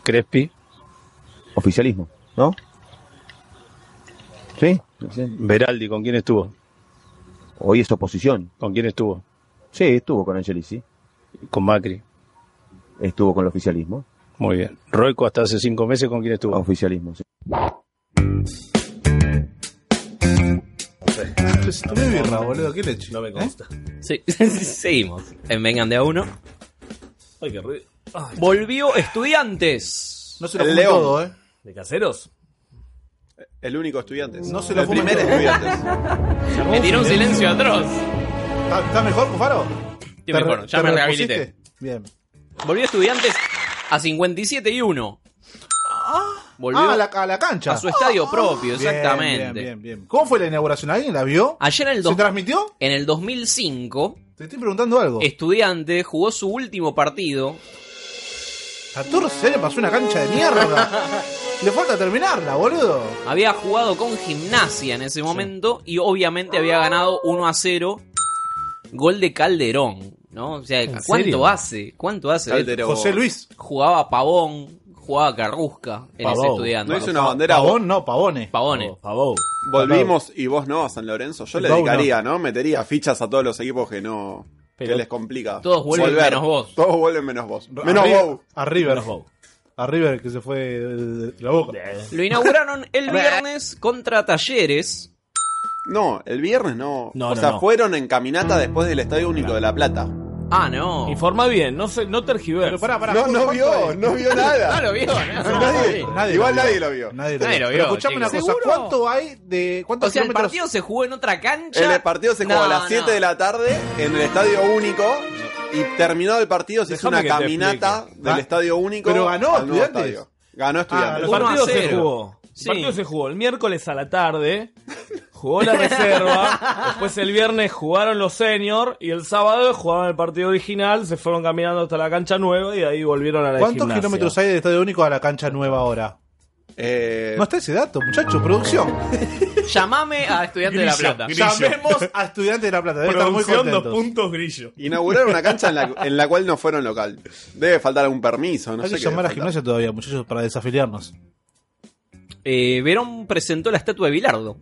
S21: Crespi,
S11: Oficialismo, ¿no? ¿Sí?
S21: Veraldi, ¿con quién estuvo?
S11: Hoy es oposición.
S21: ¿Con quién estuvo?
S11: Sí, estuvo con Angelici.
S21: Con Macri.
S11: Estuvo con el oficialismo.
S21: Muy bien. Roico hasta hace cinco meses, ¿con quién estuvo?
S11: Oficialismo, sí.
S12: Tomé birra, boludo. ¿Qué leche? ¿Eh?
S2: No me consta.
S13: Sí, seguimos. En Vengan de a uno.
S2: Ay, qué ruido. Ay.
S13: Volvió Estudiantes.
S12: No
S14: se lo El fume León. todo, ¿eh?
S2: ¿De caseros?
S14: El único estudiante.
S12: No se lo
S14: El
S12: fume
S14: primer
S12: todo.
S14: estudiante.
S13: Me tiró un silencio atroz.
S12: ¿Está, está mejor, Cufaro?
S13: Estoy mejor, ya me rehabilité.
S12: Bien.
S13: Volvió Estudiantes a 57 y 1. Volvió
S12: Ah, a la, a la cancha.
S13: a su estadio propio,
S12: Bien,
S13: exactamente.
S12: Bien, bien, bien. ¿Cómo fue la inauguración? ¿Alguien la vio?
S13: Ayer en el
S12: ¿Se
S13: dos-
S12: transmitió?
S13: En el 2005,
S12: Te estoy preguntando algo.
S13: Estudiantes jugó su último partido.
S12: 14 años pasó una cancha de mierda. Le falta terminarla, boludo.
S13: Había jugado con Gimnasia en ese momento y obviamente había ganado 1 a 0. Gol de Calderón, ¿no? O sea, ¿cuánto
S12: serio?
S13: hace? ¿Cuánto hace?
S14: Calderón. José
S12: Luis.
S13: Jugaba Pavón, jugaba Carrusca en ese
S14: Pavón.
S13: estudiante.
S14: ¿No hizo una bandera?
S12: Pavón, no, Pavone.
S13: Pavone.
S14: Volvimos y vos no a San Lorenzo. Yo le
S12: Vos no.
S14: dedicaría, ¿no? Metería fichas a todos los equipos que no.
S12: Pero
S14: que les complica.
S12: todos vuelven menos
S13: vos.
S14: Todos vuelven menos vos. Menos
S12: a River-
S14: vos.
S12: A River.
S14: Menos Bow.
S12: A River que se fue de, de- de la boca.
S13: Lo inauguraron el viernes contra Talleres.
S14: No, el viernes no.
S13: No,
S14: o
S13: no,
S14: sea,
S13: no.
S14: fueron en caminata después del Estadio Único de La Plata.
S13: Ah, no.
S2: Informa bien, no, se, no tergiversa.
S14: no, no vio, no vio nada.
S13: No lo vio,
S12: no.
S14: Nadie,
S12: Nadie
S14: igual
S12: lo vio.
S14: nadie lo vio.
S12: Nadie
S13: Nadie lo
S12: Pero
S13: vio,
S12: escuchame una
S13: chicos.
S12: cosa.
S13: ¿Seguro?
S12: ¿Cuántos hay de cuántos
S13: O sea, el
S12: kilómetros-
S13: partido se jugó en otra cancha.
S14: El partido se jugó
S13: No,
S14: a las
S13: no.
S14: 7 de la tarde en el Estadio Único y terminado el partido se hizo
S2: Déjame
S14: una
S2: que te
S14: caminata
S2: explique.
S14: del
S2: Ah,
S14: Estadio Único.
S12: pero ganó
S14: al nuevo
S12: Estudiantes.
S14: estadio. Ganó
S12: Ah,
S14: Estudiantes.
S2: El partido se
S13: 1-0.
S2: jugó.
S13: Sí.
S2: El partido se jugó el miércoles a la tarde. Jugó la reserva. después el viernes jugaron los senior. Y el sábado jugaron el partido original. Se fueron caminando hasta la cancha nueva. Y de ahí volvieron a la de
S12: ¿Cuántos
S2: gimnasia.
S12: kilómetros hay del Estadio Único a la cancha nueva ahora?
S14: Eh,
S12: No está ese dato, muchacho, producción.
S13: Llamame a Estudiante de la Plata.
S12: Llamemos a Estudiantes de La Plata. Debe estar muy contentos.
S2: puntos grillo.
S14: Inauguraron una cancha en la, en la cual no fueron local. Debe faltar algún permiso, no
S12: Hay
S14: sé
S12: que
S14: qué
S12: llamar a
S14: debe
S12: gimnasia todavía, muchachos, para desafiliarnos.
S13: Eh, Verón presentó la estatua de Bilardo.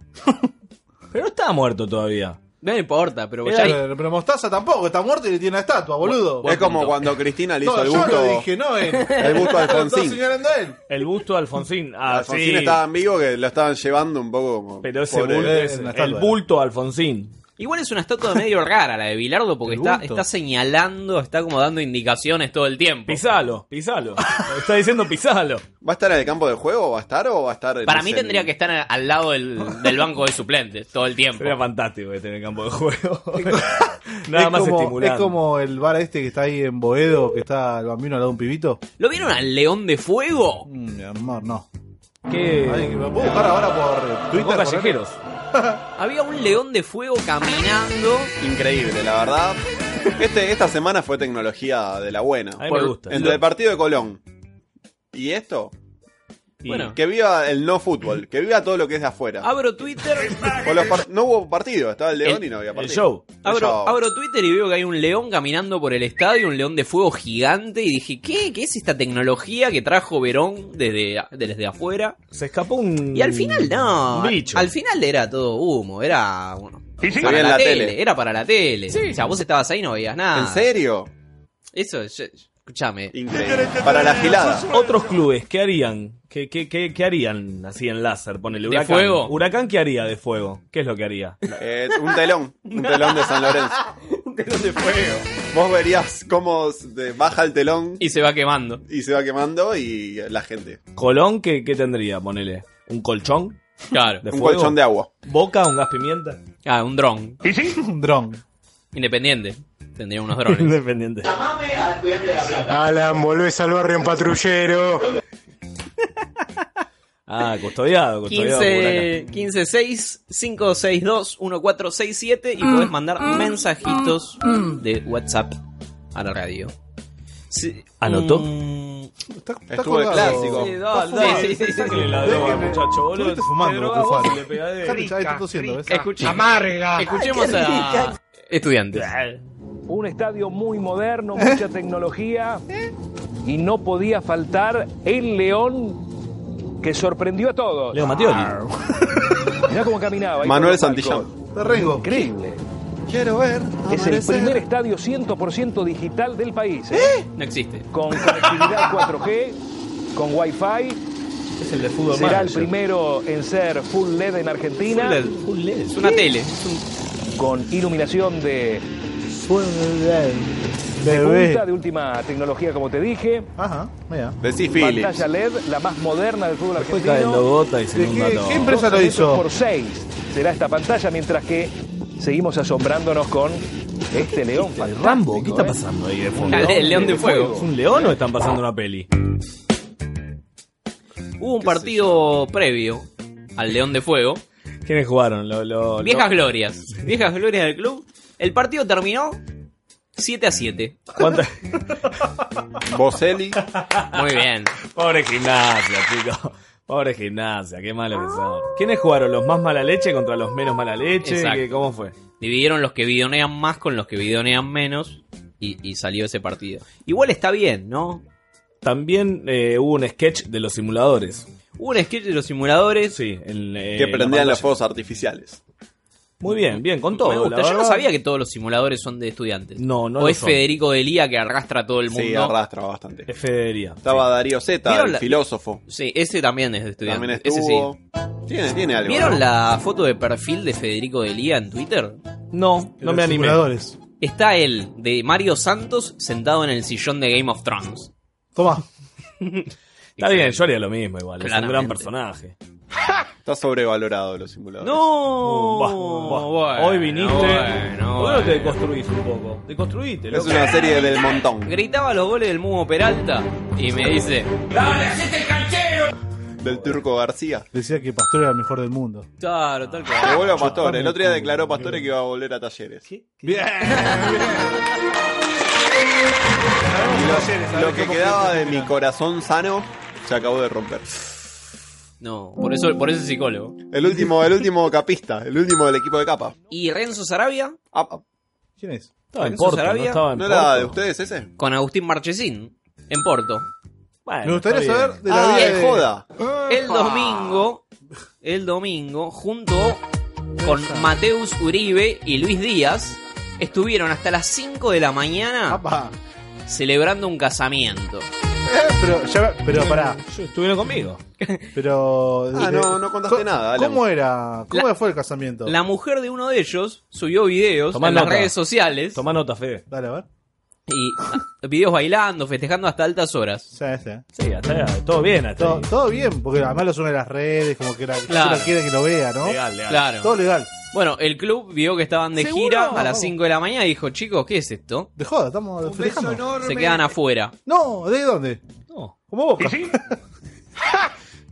S2: Pero no estaba muerto todavía.
S13: No me importa, pero
S12: Era-
S13: ya hay-
S12: pero Mostaza tampoco, está muerto y le tiene una estatua, boludo.
S14: faltar. Es como cuando Cristina le hizo
S12: No,
S14: el
S12: yo
S14: busto.
S12: lo dije, no él.
S14: El busto a Alfonsín.
S12: Está señalando a él.
S2: El busto de Alfonsín. Ah,
S14: Alfonsín
S2: sí.
S14: estaba en vivo que lo estaban llevando un poco como.
S2: Pero ese
S14: pobre.
S2: bulto, ese- el bulto de Alfonsín.
S13: Igual es una estatua medio rara la de Bilardo porque
S2: El
S13: está,
S2: bulto.
S13: está señalando, está como dando indicaciones todo el tiempo.
S2: Pisalo, pisalo. Está diciendo pisalo.
S14: ¿Va a estar en el campo de juego? ¿Va a estar o va a estar en
S13: Para
S14: el
S13: mí
S14: semi?
S13: tendría que estar al lado del, del banco de suplentes todo el tiempo.
S2: Sería fantástico que esté en el campo de juego. Nada
S12: es
S2: más
S12: como,
S2: estimulante.
S12: Es como el bar este que está ahí en Boedo, que está el bambino al lado de un pibito.
S13: ¿Lo vieron al León de Fuego?
S12: Mm, mi amor, no.
S2: ¿Qué?
S12: Ay, que me puedo buscar ahora por Twitter.
S2: Eh, Vos callejeros.
S13: Había un León de Fuego caminando.
S14: Increíble, la verdad. Este, esta semana fue tecnología de la buena.
S2: A mí me gusta.
S14: Entre el partido de Colón y esto,
S2: Y-
S13: Bueno.
S14: que viva el no fútbol, que viva todo lo que es de afuera.
S13: Abro Twitter.
S14: Con los par- no hubo partido, estaba el León y no había partido.
S13: Abro,
S14: show.
S13: abro Twitter y veo que hay un león caminando por el estadio, un león de fuego gigante. Y dije, ¿qué? ¿Qué es esta tecnología que trajo Verón desde, desde afuera?
S2: Se escapó un.
S13: Y al final, no.
S2: un Mm, bicho.
S13: Al final era todo humo, era. bueno,
S14: Se
S13: para
S14: veía en
S13: la,
S14: la
S13: tele,
S14: tele.
S13: Ah. Era para la tele. O sea, vos estabas ahí y no veías nada.
S14: ¿En serio?
S13: Eso, yo- Escúchame.
S14: Increíble. Para la gilada.
S2: Otros clubes, ¿qué harían? ¿Qué, qué, qué, qué harían así en láser? Ponele,
S13: ¿De
S2: huracán.
S13: fuego?
S2: ¿Huracán qué haría de fuego? ¿Qué es lo que haría?
S14: Eh, un telón, un telón de San Lorenzo.
S13: un telón de fuego.
S14: Vos verías cómo se baja el telón
S13: Y se va quemando.
S14: y se va quemando y la gente.
S2: ¿Colón qué, qué tendría? Ponele. ¿Un colchón?
S13: Claro.
S2: ¿De
S14: un
S2: fuego?
S14: colchón de agua.
S2: ¿Boca? ¿Un gas pimienta?
S13: Ah, un dron.
S12: ¿Y sí? Un dron.
S13: Independiente. Tendría unos drones.
S2: Independiente.
S3: Alan, volvés al barrio en patrullero.
S2: Ah, custodiado, custodiado. por
S13: 15, 15 6 562 1467 y podés mandar mensajitos de WhatsApp a la radio. Sí,
S2: ¿Anotó?
S13: mm,
S14: Estuvo de clásico.
S13: Sí,
S14: Está
S13: dale, dale, sí, sí, sí,
S2: sáquenle la droga, muchacho, boludo.
S12: Estuviste fumando,
S2: Te drogas
S12: Cufaro.
S2: vos y le pegás de-
S12: Dejate, ya estás tosiendo, ¿ves?
S13: Escuche-
S3: Amarga.
S13: Escuchemos a estudiantes.
S15: Un estadio muy moderno, mucha tecnología. Y no podía faltar el León que sorprendió a todos.
S2: Leo Mattioli.
S13: Ah,
S15: Mirá cómo caminaba. ahí
S14: Manuel
S15: por los
S14: Santillán.
S15: palcos.
S12: Rengo.
S15: Increíble.
S12: Quiero ver.
S15: Es el primer estadio 100% digital del país. ¿eh?
S13: No existe.
S15: Con conectividad 4G, con Wi-Fi.
S2: Es el de fútbol
S15: Será el
S2: manager.
S15: primero en ser full LED en Argentina.
S2: E
S13: Full LED. Es una tele. es un-
S15: Con iluminación de
S12: Bebé.
S15: punta, de última tecnología, como te dije.
S12: Ajá, mira.
S14: Decí Phillips.
S15: Pantalla LED, la más moderna del fútbol
S2: Después
S15: argentino.
S2: cae el logota y se
S12: ¿De
S2: inunda
S12: qué-
S2: todo.
S12: qué empresa lo
S15: 12
S12: hizo?
S15: metros Por 6 será esta pantalla, mientras que seguimos asombrándonos con este león. fantástico,
S2: Rambo, ¿qué está
S15: ¿eh?
S2: pasando ahí de fondo?
S13: Dale, el león de fuego.
S2: ¿Es un león o están pasando una peli?
S13: Hubo un partido previo al León de Fuego.
S2: ¿Quiénes jugaron? Lo- lo- lo-
S13: Viejas glorias. Viejas glorias del club. El partido terminó 7 a 7.
S2: ¿Cuántas-
S14: Boselli.
S13: Muy bien.
S2: Pobre gimnasia, chicos. Pobre gimnasia, qué malo que son. ¿Quiénes jugaron? ¿Los más mala leche contra los menos mala leche?
S13: Exacto.
S2: ¿Qué- ¿Cómo fue?
S13: Dividieron los que bidonean más con los que bidonean menos. Y, y salió ese partido. Igual está bien, ¿no?
S2: También eh, hubo un sketch de los simuladores.
S13: Hubo un sketch de los simuladores.
S2: Sí, en, eh,
S14: Que
S2: la
S14: prendían los
S2: pantalla.
S14: fuegos artificiales.
S2: Muy bien, bien, con todo.
S13: Me gusta.
S2: la
S13: Yo no
S2: verdad.
S13: sabía que todos los simuladores son de estudiantes.
S2: No,
S13: o
S2: no lo
S13: es
S2: son.
S13: Federico Delía que arrastra a todo el mundo.
S14: Sí, arrastra bastante.
S2: Es Federía.
S14: Estaba Darío Zeta,
S13: ¿Vieron
S14: el
S13: la-
S14: filósofo.
S13: Sí, ese también es de estudiantes.
S14: También
S13: Ese sí.
S14: estuvo. Tiene, tiene algo.
S13: ¿Vieron
S14: ¿no?
S13: la foto de perfil de Federico Delía en Twitter?
S2: No, no
S12: Los
S2: me animé.
S12: simuladores.
S13: Está él, de Mario Santos, sentado en el sillón de Game of Thrones.
S12: Toma.
S2: Está bien, yo haría lo mismo igual. Es un gran
S13: Claramente.
S2: personaje.
S14: Está sobrevalorado los simuladores.
S13: ¡No!
S2: Buah, buah. Hoy viniste.
S13: bueno,
S2: ¿Por qué no te
S13: bueno.
S2: deconstruís un poco? Deconstruíte,
S14: Es
S2: loco.
S14: una serie del montón.
S13: Gritaba los goles del Mumo Peralta y me dice:
S14: Del turco García.
S12: Decía que Pastor era el mejor del mundo.
S13: Claro, tal
S14: Que
S13: cual.
S14: vuelva Pastore. El otro día declaró Pastore que iba a volver a Talleres.
S12: Bien.
S14: Lo, lo que quedaba de mi corazón sano se acabó de romper.
S13: No, por eso, por eso es psicólogo.
S14: El último, el último capista, el último del equipo de capa.
S13: Y Renzo Sarabia
S14: Ah,
S12: ¿Quién es?
S2: Estaba en
S13: Lorenzo
S2: Porto, ¿no?
S13: Sarabia.
S2: Estaba en
S14: ¿No era
S2: Porto.
S14: de ustedes ese?
S13: con Agustín Marchesín en Porto.
S2: Bueno,
S12: Me gustaría
S2: está bien.
S12: saber de la
S14: ah,
S12: vida
S14: qué
S12: de
S14: joda.
S13: El domingo, el domingo, junto con Mateus Uribe y Luis Díaz, estuvieron hasta las 5 de la mañana
S12: Apa.
S13: celebrando un casamiento.
S12: Eh, pero, ya, pero pará.
S2: Yo- Estuvieron conmigo.
S12: Pero. eh,
S14: Ah, no, no contaste
S12: Co-
S14: nada, Alan.
S12: ¿Cómo era? ¿Cómo
S13: La-
S12: fue el casamiento?
S13: La mujer de uno de ellos subió videos
S2: Tomá
S13: en las
S2: nota.
S13: redes sociales
S2: Toma nota, Fede.
S12: Dale, a ver.
S13: y ah, videos bailando, festejando hasta altas horas.
S12: Sí, sí.
S2: Sí, hasta allá, todo bien, hasta
S12: Todo,
S2: ahí.
S12: todo bien, porque además lo sube a las redes, como que la
S13: Claro.
S12: la quiere que lo vea, ¿no?
S2: Legal, legal.
S12: Todo
S13: Claro.
S12: legal.
S13: Bueno, el club vio que estaban de
S12: ¿Seguro?
S13: gira a las
S12: Vamos.
S13: 5 de la mañana y dijo, chicos, ¿qué es esto?
S12: De joda, estamos festejando.
S13: Se quedan afuera.
S12: No, ¿de dónde?
S2: No.
S12: Como Boca.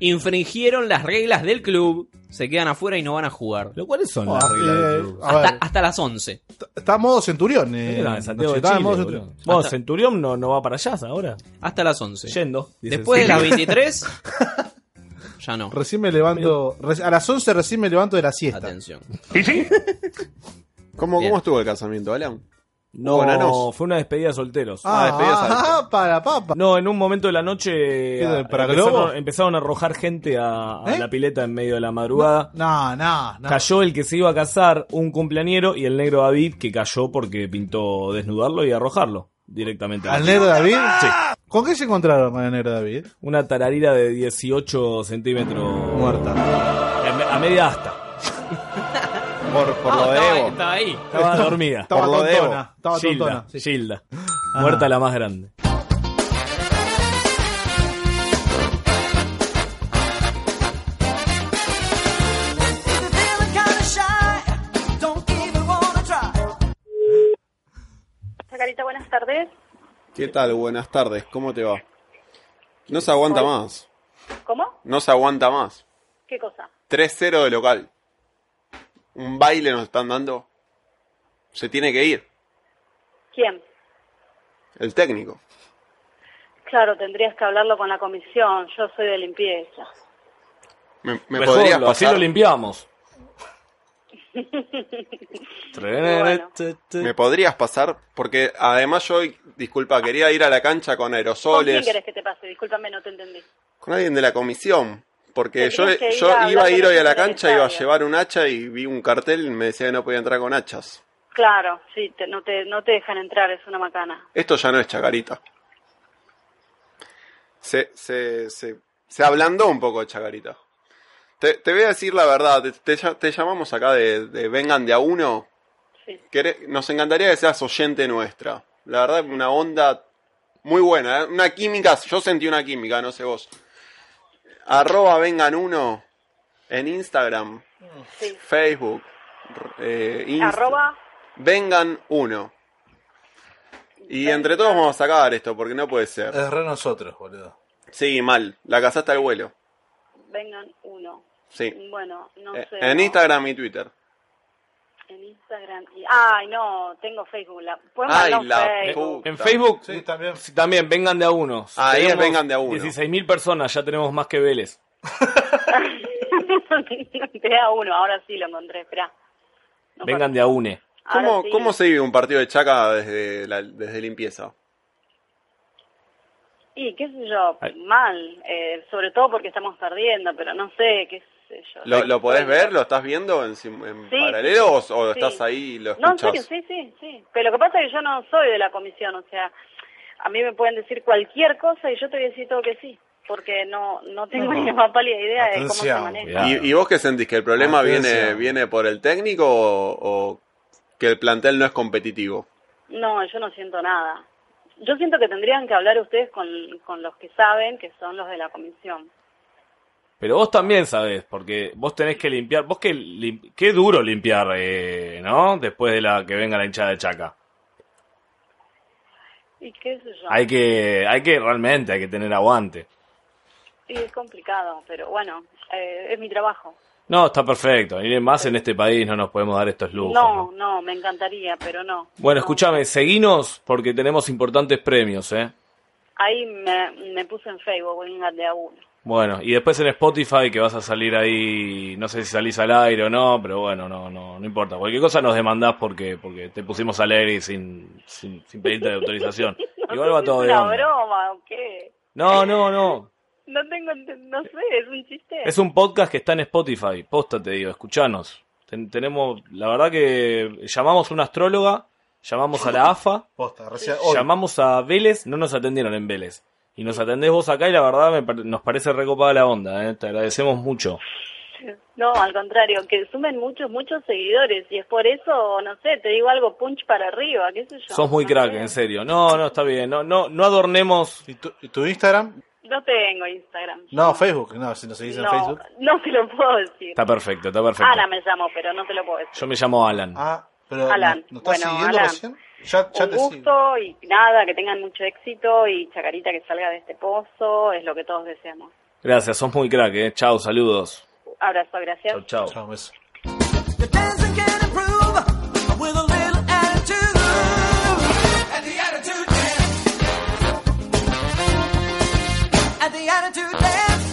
S13: Infringieron las reglas del club, se quedan afuera y no van a jugar.
S2: ¿Lo cuáles son
S12: Ah,
S2: las reglas
S12: eh,
S2: del club?
S12: a
S13: Hasta,
S12: ver,
S13: hasta las 11.
S12: está modo centurión. Eh,
S2: Era de
S12: Nacho,
S2: Santiago de
S12: está
S2: Chile,
S12: modo
S2: boludo.
S12: centurión.
S2: Vos,
S13: Hasta-
S2: Centurión no, no va para allá ahora.
S13: Hasta las 11.
S2: Yendo. dice
S13: Después de
S2: el-
S13: las 23, ya no.
S12: Recién me levanto. reci- a las 11 recién me levanto de la siesta.
S13: Atención.
S14: ¿Cómo,
S13: Bien.
S14: ¿Cómo estuvo el casamiento, Alan?
S2: No,
S14: Hubo enanos.
S2: fue una despedida de solteros.
S14: Ah, despedida
S12: ah, para papa.
S2: No, en un momento de la noche
S12: ¿Qué,
S2: eh,
S12: para globo?
S2: empezaron, empezaron a arrojar gente a, a
S12: ¿Eh?
S2: la pileta en medio de la madrugada.
S12: No, no, no.
S2: Cayó el que se iba a casar, un cumpleañero, y el negro David que cayó porque pintó desnudarlo y arrojarlo. directamente.
S12: ¿Al negro David? Sí. ¿Con qué se encontraron con el negro David?
S2: Una tararira de 18 centímetros.
S12: Muerta.
S2: A, media asta.
S14: Por,
S13: Ah,
S14: por lo de Evo.
S13: Estaba ahí.
S2: Estaba dormida.
S12: Estaba
S2: Por lo de
S12: tontona,
S2: Evo.
S12: estaba
S2: Gilda,
S12: tontona, sí.
S2: Gilda.
S12: Ah.
S2: Muerta la más grande.
S22: Chacarita, buenas tardes.
S14: ¿Qué tal? Buenas tardes. ¿Cómo te va? No se aguanta más.
S22: ¿Cómo?
S14: No se aguanta más.
S22: ¿Qué cosa?
S14: 3-0 de local. Un baile nos están dando. Se tiene que ir.
S22: ¿Quién?
S14: El técnico.
S22: Claro, tendrías que hablarlo con la comisión. Yo soy de limpieza.
S14: Me, me
S2: Mejor,
S14: podrías
S2: Así
S14: pasar.
S2: lo limpiamos.
S14: Me podrías pasar. Porque además yo, hoy, disculpa, quería ir a la cancha con
S22: ¿Con quién
S14: aerosoles.
S22: querés que te pase? Discúlpame, no te entendí.
S14: Con alguien de la comisión. Porque yo,
S22: Tendrías que ir
S14: yo
S22: a hablar
S14: iba a
S22: con
S14: ir hoy a
S22: ellos
S14: la
S22: en el
S14: cancha, iba a
S22: estadio.
S14: llevar un hacha y vi un cartel y me decía que no podía entrar con hachas.
S22: Claro, sí, te- no, te, no te dejan entrar, es una macana.
S14: Esto ya no es chacarita. Se, se, se, se ablandó un poco chacarita. Te, te voy a decir la verdad, te, te ll- te llamamos acá de, de Vengan de a uno. Quere- Nos encantaría que seas oyente nuestra. La verdad, una onda muy buena. ¿eh? Una química, yo sentí una química, no sé vos. Arroba Vengan uno en Instagram, Facebook, r- eh, Insta-
S22: Arroba,
S14: Vengan uno. Y entre todos vamos a sacar esto, porque no puede ser.
S12: Es re nosotros, boludo.
S14: Sí, mal. La cazaste al vuelo.
S22: vengan uno.
S14: Sí.
S22: Bueno, no
S14: Eh,
S22: sé.
S14: En
S22: no.
S14: Instagram y Twitter.
S22: En Instagram. y- Ay, no, tengo Facebook. La... ¿Puedo
S2: Ay,
S22: mandar un
S2: la
S22: Facebook?
S2: En Facebook, también. vengan de a uno.
S14: Ahí es
S2: Tenemos
S14: vengan de a uno.
S2: 16.000 personas, ya tenemos más que Vélez.
S22: Te da uno, ahora sí lo encontré, espera.
S2: Vengan de a une.
S22: Ahora
S14: ¿Cómo,
S22: sí.
S14: cómo se vive un partido de chaca desde, la- desde limpieza?
S22: Y qué sé yo,
S14: Ay.
S22: mal, eh, sobre todo porque estamos perdiendo, pero no sé, qué sé yo.
S14: ¿Lo, lo podés ver? ¿Lo estás viendo en, sim- en
S22: Sí,
S14: paralelo o,
S22: sí,
S14: o
S22: sí.
S14: estás ahí y lo
S22: No, en
S14: escuchás?
S22: serio, sí, sí, sí. Pero lo que pasa es que yo no soy de la comisión, o sea, a mí me pueden decir cualquier cosa y yo te voy a decir todo que sí, porque no no tengo ni la más pálida idea de cómo se maneja.
S14: ¿Y, y vos qué sentís? ¿Que el
S23: Ah,
S14: problema viene,
S12: Atención.
S14: viene por el técnico o, o que el plantel no es competitivo?
S22: No, yo no siento nada. Yo siento que tendrían que hablar ustedes con, con los que saben, que son los de la comisión.
S2: Pero vos también sabés, porque vos tenés que limpiar. Vos que lim- qué duro limpiar, eh, ¿no? Después de la que venga la hinchada de Chaca.
S22: Y qué sé yo.
S2: Hay que, hay que realmente, hay que tener aguante.
S22: Y es complicado, pero bueno, eh, es mi trabajo.
S2: No, está perfecto. Y más en este país no nos podemos dar estos lujos.
S22: No, no, me encantaría, pero no.
S2: Bueno, escúchame, seguinos porque tenemos importantes premios, ¿eh?
S22: Ahí me, me puse en Facebook, vengan de a uno.
S2: Bueno, y después en Spotify que vas a salir ahí, no sé si salís al aire o no, pero bueno, no, no, no importa. Cualquier cosa nos demandás porque, porque te pusimos al aire y sin, sin, sin pedirte autorización. Igual va todo
S22: ¿Es
S2: de
S22: una
S2: onda.
S22: broma o qué?
S2: No, no, no.
S22: No tengo, ent- no sé, es un chiste.
S2: Es un podcast que está en Spotify, posta te digo, escuchanos. Ten- tenemos, la verdad que llamamos a una astróloga, llamamos a la AFA,
S12: Posta, recién hoy.
S2: llamamos a Vélez, no nos atendieron en Vélez. Y nos atendés vos acá y la verdad me pare- nos parece recopada la onda, ¿eh? te agradecemos mucho.
S22: No, al contrario, que sumen muchos, muchos seguidores y es por eso, no sé, te digo algo punch para arriba, qué sé yo.
S2: Sos muy crack, en serio. No, no, está bien. No, no, no adornemos.
S12: ¿Y tu, Instagram?
S22: No tengo Instagram.
S12: No, Facebook, no, si no se dice en
S22: No,
S12: Facebook.
S22: no te lo puedo decir.
S2: Está perfecto, está perfecto.
S22: Ana me llamo, pero no te lo puedo decir.
S2: Yo me llamo Alan.
S12: Ah, pero
S22: Alan,
S12: ¿no estás
S22: bueno,
S12: siguiendo
S22: Alan,
S12: recién? Ya, ya
S22: un
S12: te sigo.
S22: gusto y nada, que tengan mucho éxito y Chacarita que salga de este pozo, es lo que todos deseamos.
S2: Gracias, sos muy crack, eh. Chao, saludos.
S22: Abrazo, gracias.
S2: Chao, chao.
S5: With a little attitude. And the attitude dance. And the attitude dance.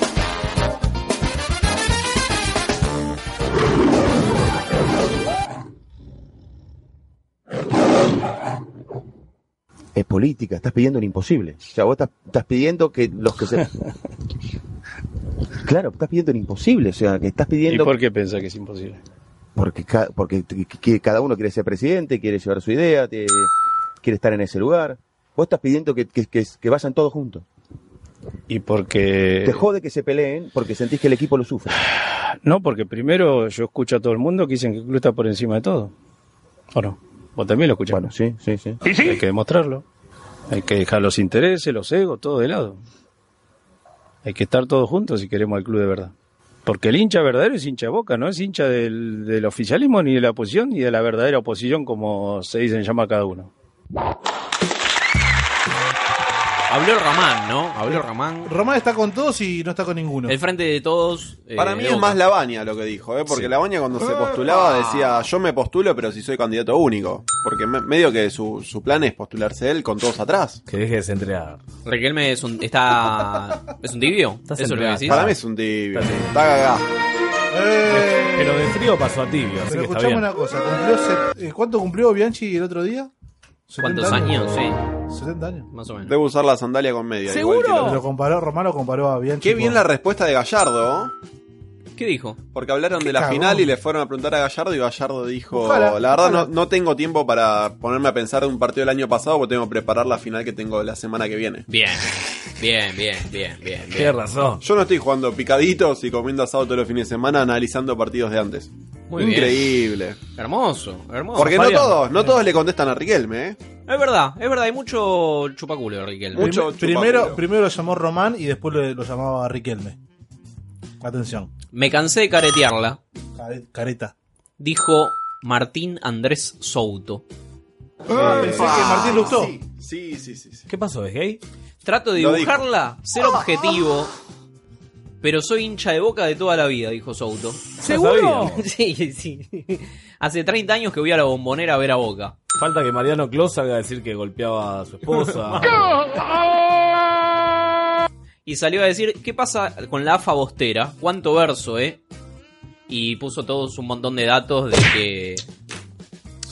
S23: Es política, estás pidiendo lo imposible. O sea, vos estás, estás pidiendo que los que se... Claro, estás pidiendo lo imposible, o sea, que estás
S21: ¿Y
S23: pidiendo...
S21: por qué pensás que es imposible?
S23: Porque, ca- porque t- que- que cada uno quiere ser presidente, quiere llevar su idea, te- quiere estar en ese lugar. Vos estás pidiendo que, que, que- que vayan todos juntos.
S21: Y porque...
S23: Te jode que se peleen porque sentís que el equipo lo sufre.
S21: No, porque primero yo escucho a todo el mundo que dicen que el club está por encima de todo. ¿O no? Vos también lo escuchás. Bueno,
S23: sí, sí, sí.
S21: Hay que demostrarlo. Hay que dejar los intereses, los egos, todo de lado. Hay que estar todos juntos si queremos al club de verdad. Porque el hincha verdadero es hincha de boca, no es hincha del, del oficialismo, ni de la oposición, ni de la verdadera oposición, como se dicen llama cada uno.
S13: Habló Román, ¿no? Habló Román.
S12: Román está con todos y no está con ninguno. Eh,
S13: El frente de todos. eh,
S14: Para mí
S13: de
S14: es
S13: Boca.
S14: más la baña lo que dijo, ¿eh? porque la baña cuando se postulaba decía, yo me postulo, pero si soy candidato único. Porque me- medio que su, su plan es postularse él con todos atrás.
S2: Que deje de centrear.
S13: Riquelme es un, está, es un tibio. Eso es lo que decís.
S14: Para mí es un tibio. Está cagá.
S2: Pero de frío pasó a tibio,
S12: Pero
S2: así que está
S12: escuchame
S2: bien.
S12: una cosa, cumplió set- eh, ¿cuánto cumplió Bianchi el otro día?
S14: ¿Cuántos
S12: 70
S14: años?
S12: Sí. 70 años.
S13: Más o menos.
S14: Debo usar la sandalia con media. igual que el
S12: Lo
S14: otro.
S12: comparó, Romano comparó a Bianchi.
S14: Qué bien la respuesta de Gallardo.
S13: ¿Qué dijo?
S14: Porque hablaron de la
S12: cagón.
S14: final y le fueron a preguntar a Gallardo y Gallardo dijo,
S12: Ojalá,
S14: la verdad
S12: ojalá.
S14: no, no tengo tiempo para ponerme a pensar de un partido del año pasado porque tengo que preparar la final que tengo la semana que viene.
S13: Bien, bien, bien, bien, bien. bien.
S14: Tienes Yo no estoy jugando picaditos y comiendo asado todos los fines de semana analizando partidos de antes.
S13: Muy bien.
S14: Increíble.
S13: Hermoso, hermoso.
S14: Porque no
S13: Fabián.
S14: todos, no todos le contestan a Riquelme, ¿eh?
S13: Es verdad, es verdad, hay mucho chupaculo de Riquelme.
S12: Prim- primero, primero lo llamó Román y después lo, lo llamaba Riquelme. Atención.
S13: Me cansé de caretearla,
S12: Care- Careta.
S13: dijo Martín Andrés Souto.
S12: Ah, pensé que Martín le gustó.
S14: Sí, sí, sí.
S13: ¿Qué pasó? ¿Es gay? Trato de
S12: Lo
S13: dibujarla, ser objetivo, pero soy hincha de boca de toda la vida, dijo Souto.
S2: ¿Seguro?
S13: sí, sí. Hace 30 años que voy a la bombonera a ver a boca.
S2: Falta que Mariano Clos salga a decir que golpeaba a su esposa.
S13: Y salió a decir, ¿qué pasa con la AFA Bostera? ¿Cuánto verso, eh? Y puso todos un montón de datos de que...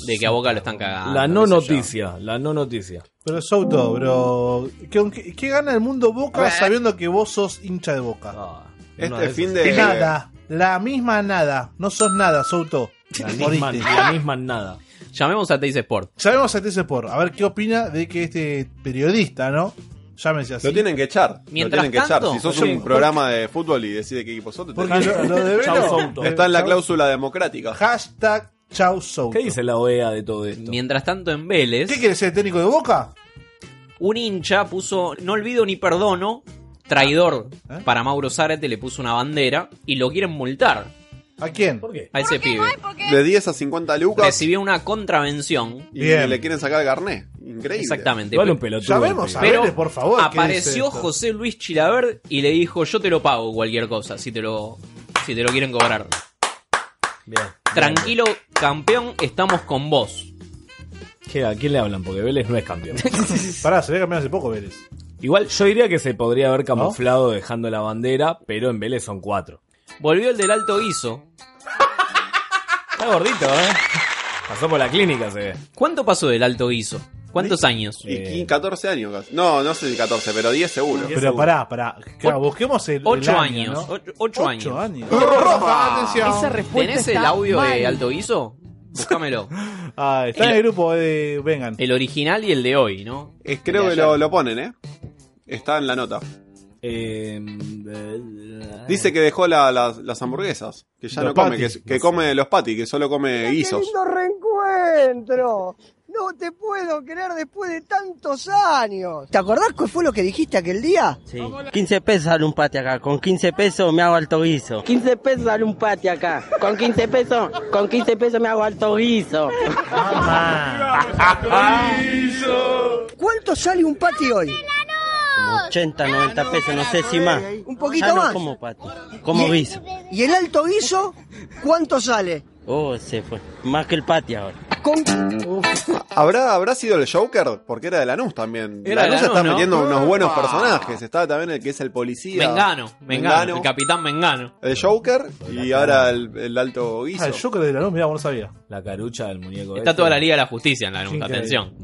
S13: De que a Boca lo están cagando.
S2: la
S13: Ah,
S2: no
S13: qué sé yo.
S2: noticia, la no noticia.
S12: Pero Souto, bro. ¿Qué, qué- qué gana el mundo Boca
S2: Ah.
S12: sabiendo que vos sos hincha de Boca?
S13: Ah,
S14: Este de fin esas. de-
S12: Nada. La misma nada. No sos nada, Souto.
S13: La
S12: Te
S13: misma-
S12: jodiste.
S13: la
S2: misma nada.
S13: Llamemos a Teis Sport.
S12: Sabemos a TC por. A ver qué opina de que este periodista, ¿no? Llámese así.
S14: Lo tienen que echar.
S12: Mientras
S14: lo tienen que
S12: tanto-
S14: echar. Si sos
S12: Sí,
S14: un
S12: porque-
S14: programa de fútbol y decide qué equipo sos, te
S12: Porque lo- lo de Velo- Souto.
S14: Está en la
S12: Chau.
S14: cláusula democrática.
S12: Hashtag Chau Souto.
S13: ¿Qué dice
S2: la OEA de todo esto?
S13: Mientras tanto en Vélez,
S12: ¿Qué quiere ser el técnico de Boca?
S13: un hincha puso no olvido ni perdono, traidor para Mauro Zárate, le puso una bandera y lo quieren multar
S12: ¿A quién?
S13: a ese pibe.
S14: De 10 a 50 lucas.
S13: Recibió una contravención.
S14: Y le quieren sacar el carné. Increíble.
S13: Exactamente.
S14: Igual
S13: Pero-
S14: un pelotudo Llamemos el pibe. a Vélez, por favor, ¿qué dice
S13: Apareció
S14: esto?
S13: José Luis Chilaver y le dijo, yo te lo pago cualquier cosa, si te lo, si te lo quieren cobrar.
S2: Bien.
S13: Tranquilo, campeón, estamos con vos.
S2: ¿Qué- ¿A quién le hablan? Porque Vélez no es campeón.
S12: Pará, se había cambiado hace poco Vélez.
S2: Igual yo diría que se podría haber camuflado dejando la bandera, pero en Vélez son cuatro.
S13: Volvió el del alto guiso.
S2: Está gordito, ¿eh? Pasó por la clínica, se ve.
S13: ¿Cuánto pasó del alto guiso? ¿Cuántos años?
S14: Y 15, 14 años casi. No, no sé si 14, pero 10 seguro.
S12: Pero pará, pará. Claro, busquemos el. el
S13: Ocho
S12: año,
S13: años.
S12: ¿no?
S13: ocho, ocho
S12: Ocho
S13: años.
S12: años.
S13: Esa respuesta ¿Tenés el
S12: está
S13: audio
S12: mal.
S13: de Alto Guiso? Búscamelo.
S12: Ah, está en el grupo de Vengan.
S13: El original y el de hoy, ¿no?
S14: Es- creo
S13: De
S14: que
S13: ayer.
S14: lo, lo ponen, ¿eh? Está en la nota.
S2: Eh,
S13: Ah.
S14: Dice que dejó la- las- las hamburguesas. Que ya
S12: Los
S14: no come, que,
S12: patis.
S14: que come los patis, que solo come guisos.
S24: lindo reencuentro! No te puedo creer después de tantos años. ¿Te acordás qué fue lo que dijiste aquel día?
S8: Sí. 15 pesos sale un pate acá. Con 15 pesos me hago alto guiso. 15 pesos sale un pate acá. Con 15 pesos, con 15 pesos me hago alto guiso.
S24: ¿Cuánto sale un pati hoy?
S8: Como 80, 90 pesos, no sé
S10: eh,
S8: si más.
S24: Un poquito
S8: Ya no
S24: más.
S8: como pate, como
S24: ¿Y-
S8: guiso.
S24: ¿Y el alto guiso cuánto sale?
S8: Oh, se fue. Más que el pate ahora.
S24: Con...
S14: ¿Habrá, ¿Habrá sido el Joker? Porque era de Lanús también.
S8: Era de
S14: Lanús está
S8: Lanús, ¿no?
S14: metiendo unos buenos
S12: Ah.
S8: Epa.
S14: personajes. Está también el que es el policía.
S13: Mengano, Mengano, el capitán Mengano.
S14: El Joker y ahora el, el alto guiso.
S12: Ah, el Joker de la luz, mirá, vos no sabía.
S2: La carucha del muñeco. este.
S13: Está toda la Liga de la Justicia en la nota,
S2: Increíble.
S13: atención.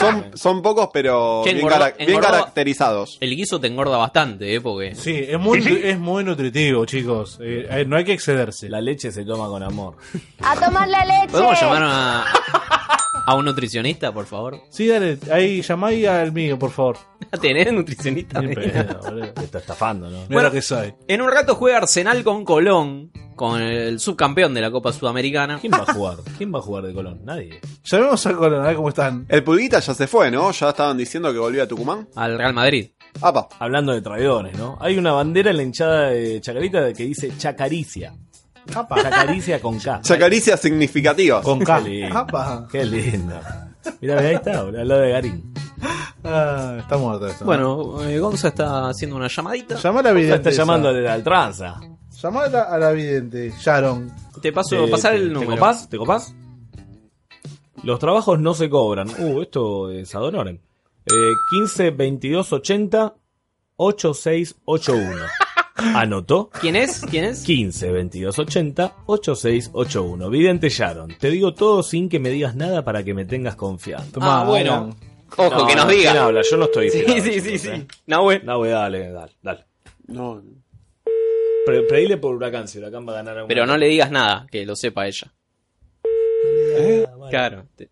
S14: Son, son pocos, pero
S13: Che,
S14: bien,
S13: Ah. engordó-
S14: cara- bien
S13: engordó-
S14: caracterizados.
S13: El guiso te engorda bastante, ¿eh? Porque...
S12: Sí, es muy, es muy nutritivo, chicos. Eh, eh, no hay que excederse.
S2: La leche se toma con amor.
S25: A tomar la leche.
S13: Podemos llamar a, ¿A un nutricionista, por favor?
S12: Sí, dale, ahí llamáis al mío, por favor.
S13: ¿Tenés nutricionista?
S12: Ni en
S13: Mira.
S12: pedo, boludo.
S2: Te está estafando, ¿no?
S12: Mira
S13: Bueno,
S12: lo que soy.
S13: En un rato juega Arsenal con Colón, con el subcampeón de la Copa Sudamericana.
S2: ¿Quién va a jugar? ¿Quién va a jugar de Colón? Nadie.
S12: Llamemos a Colón, a ver cómo están.
S14: El Pulguita ya se fue, ¿no? Ya estaban diciendo que volvía a Tucumán.
S13: Al Real Madrid.
S14: Apa.
S2: Hablando de traidores, ¿no? Hay una bandera en la hinchada de Chacarita que dice Chacaricia. Chacaricia con K.
S14: Chacaricias significativas.
S2: Con K.
S12: Apa.
S2: Qué lindo. Mirá, ahí está, boludo, al lado de Garín.
S12: Ah, está muerto eso.
S13: Bueno, eh, Gonza está haciendo una llamadita.
S12: Llamá a la
S13: Gonza
S12: vidente.
S13: está llamando
S2: al- al tranza.
S12: Llamá a la, a la vidente, Sharon.
S13: Te paso,
S2: Eh,
S13: pasar
S2: te-
S13: el número.
S2: ¿Te copás? ¿Te copás? Los trabajos no se cobran. Uh, esto es ad honorem. Eh, 15 22 80 8681. ¿Anotó?
S13: ¿Quién es? ¿Quién es?
S2: 15 22 80 8681. Vidente Sharon, te digo todo sin que me digas nada para que me tengas confianza.
S13: Ah, bueno. Ojo, que nos
S2: ¿Quién
S13: diga.
S2: habla? Yo no estoy
S13: Sí,
S2: diciendo
S13: sí,
S2: nada,
S13: sí,
S2: chicos,
S13: sí.
S2: eh.
S13: Nahue.
S2: Nahue, dale, dale, dale.
S14: No.
S2: Pre predile por Huracán, si Huracán va a ganar alguna
S13: Pero no le digas nada, que lo sepa ella.
S9: Ah,
S13: Claro. te-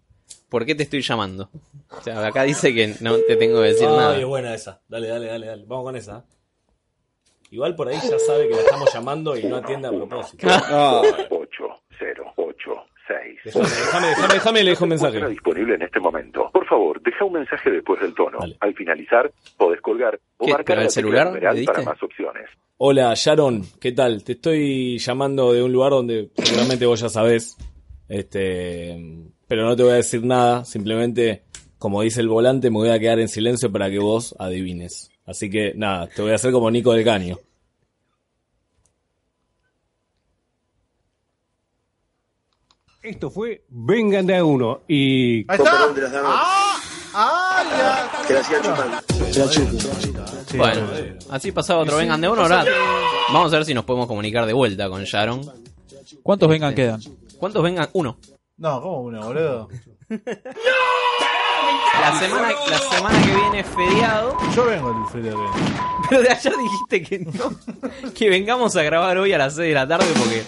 S13: ¿Por qué te estoy llamando? O sea, acá dice que no te tengo que decir
S2: Ay,
S13: nada.
S2: es buena esa. Dale, dale, dale, dale. Vamos con esa. ¿eh? Igual por ahí ya sabe que la estamos llamando y no atiende a propósito. Déjame, déjame, déjame, déjame, le dejo un mensaje.
S9: Está disponible en este momento. Por favor, deja un mensaje después del tono. Al finalizar, podés colgar o
S13: ¿Qué? ¿Pero
S9: marcar la
S13: el
S9: tecla
S13: celular?
S9: numeral
S13: ¿Le diste?
S9: para más opciones.
S2: Hola, Sharon, ¿qué tal? Te estoy llamando de un lugar donde seguramente vos ya sabés. Este, pero no te voy a decir nada. Simplemente, como dice el volante, me voy a quedar en silencio para que vos adivines. Así que nada, te voy a hacer como Nico del Caño.
S10: Esto fue Vengan de a uno y...
S12: Ah,
S13: Bueno, así pasaba otro Vengan de uno. Ahora vamos a ver si nos podemos comunicar de vuelta con Sharon.
S1: ¿Cuántos vengan quedan?
S13: ¿Cuántos vengan? Uno.
S12: No, ¿cómo uno, boludo?
S13: La semana, la semana que viene es feriado.
S12: Yo vengo el feriado que viene.
S13: Pero de ayer dijiste que no. Que vengamos a grabar hoy a las 6 de la tarde porque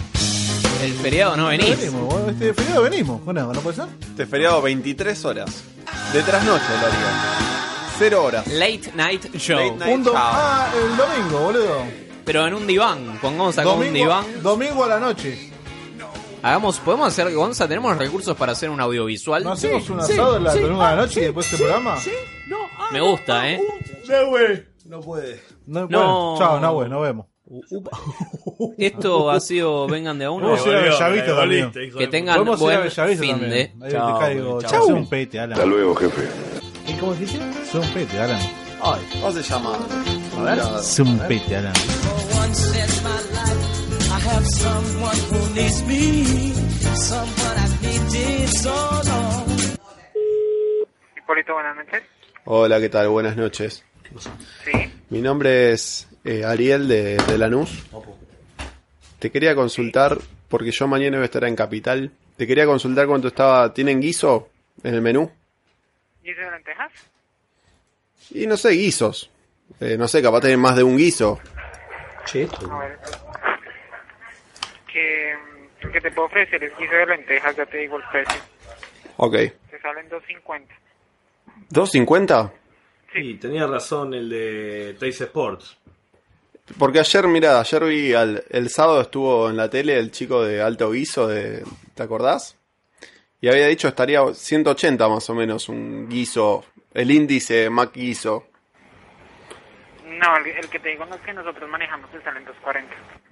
S13: el feriado no venís.
S12: Venimos, boludo, Este feriado venimos. Bueno, ¿no puede ser?
S14: Este feriado 23 horas. De trasnoche lo haría. Cero horas.
S13: Late Night Show.
S14: Late night
S12: Un do-
S14: show.
S12: Ah, el domingo, boludo.
S13: Pero en un diván. Con Gonza, con un
S12: Domingo,
S13: diván.
S12: domingo a la noche.
S13: Hagamos, podemos hacer, Gonza, tenemos recursos para hacer un audiovisual.
S12: ¿No hacemos un asado en la domingo
S13: Ah,
S12: a la noche y después este programa?
S13: Me gusta, eh.
S12: Ah, No, güey.
S14: No puede.
S12: No,
S13: No.
S12: bueno, chao, no, güey, nos vemos.
S13: Esto ha sido Vengan de a uno.
S12: Vamos a ir a Bellavista también.
S13: Que tengan
S12: Podemos ir a
S13: buen
S12: Bellavista
S13: fin
S12: también.
S13: de.
S12: Ahí te caigo.
S13: Chau.
S12: Chau. Soy un pete, Alan.
S4: Hasta luego, jefe.
S12: ¿Y cómo se dice? Soy un pete, Alan.
S14: Ay, ¿cómo se llama? A
S12: Mira, Soy un pete, Alan.
S5: Once in my life, I have someone who needs me, someone I've needed so long.
S25: Hipólito, buenas noches.
S14: Hola, ¿qué tal? Buenas noches. Mi nombre es eh, Ariel de, de Lanús. Te quería consultar, porque yo mañana voy a estar en Capital. Te quería consultar cuánto estaba. ¿Tienen guiso en el menú?
S25: ¿Guiso de lentejas?
S14: Y no sé, guisos. Eh, no sé, capaz tienen más de un guiso.
S25: A ver. Que, mm, que te puedo ofrecer es guiso de lentejas, ya te digo el precio.
S14: Ok.
S25: Te salen 2.50.
S14: ¿2.50?
S2: Sí, tenía razón el de Tays Sports.
S14: Porque ayer, mira, ayer vi al, el sábado estuvo en la tele el chico de Alto Guiso, de, ¿te acordás? Y había dicho estaría 180 más o menos un guiso, el índice Mac guiso.
S25: No, el, el que te digo no es que nosotros manejamos te salen 2.40.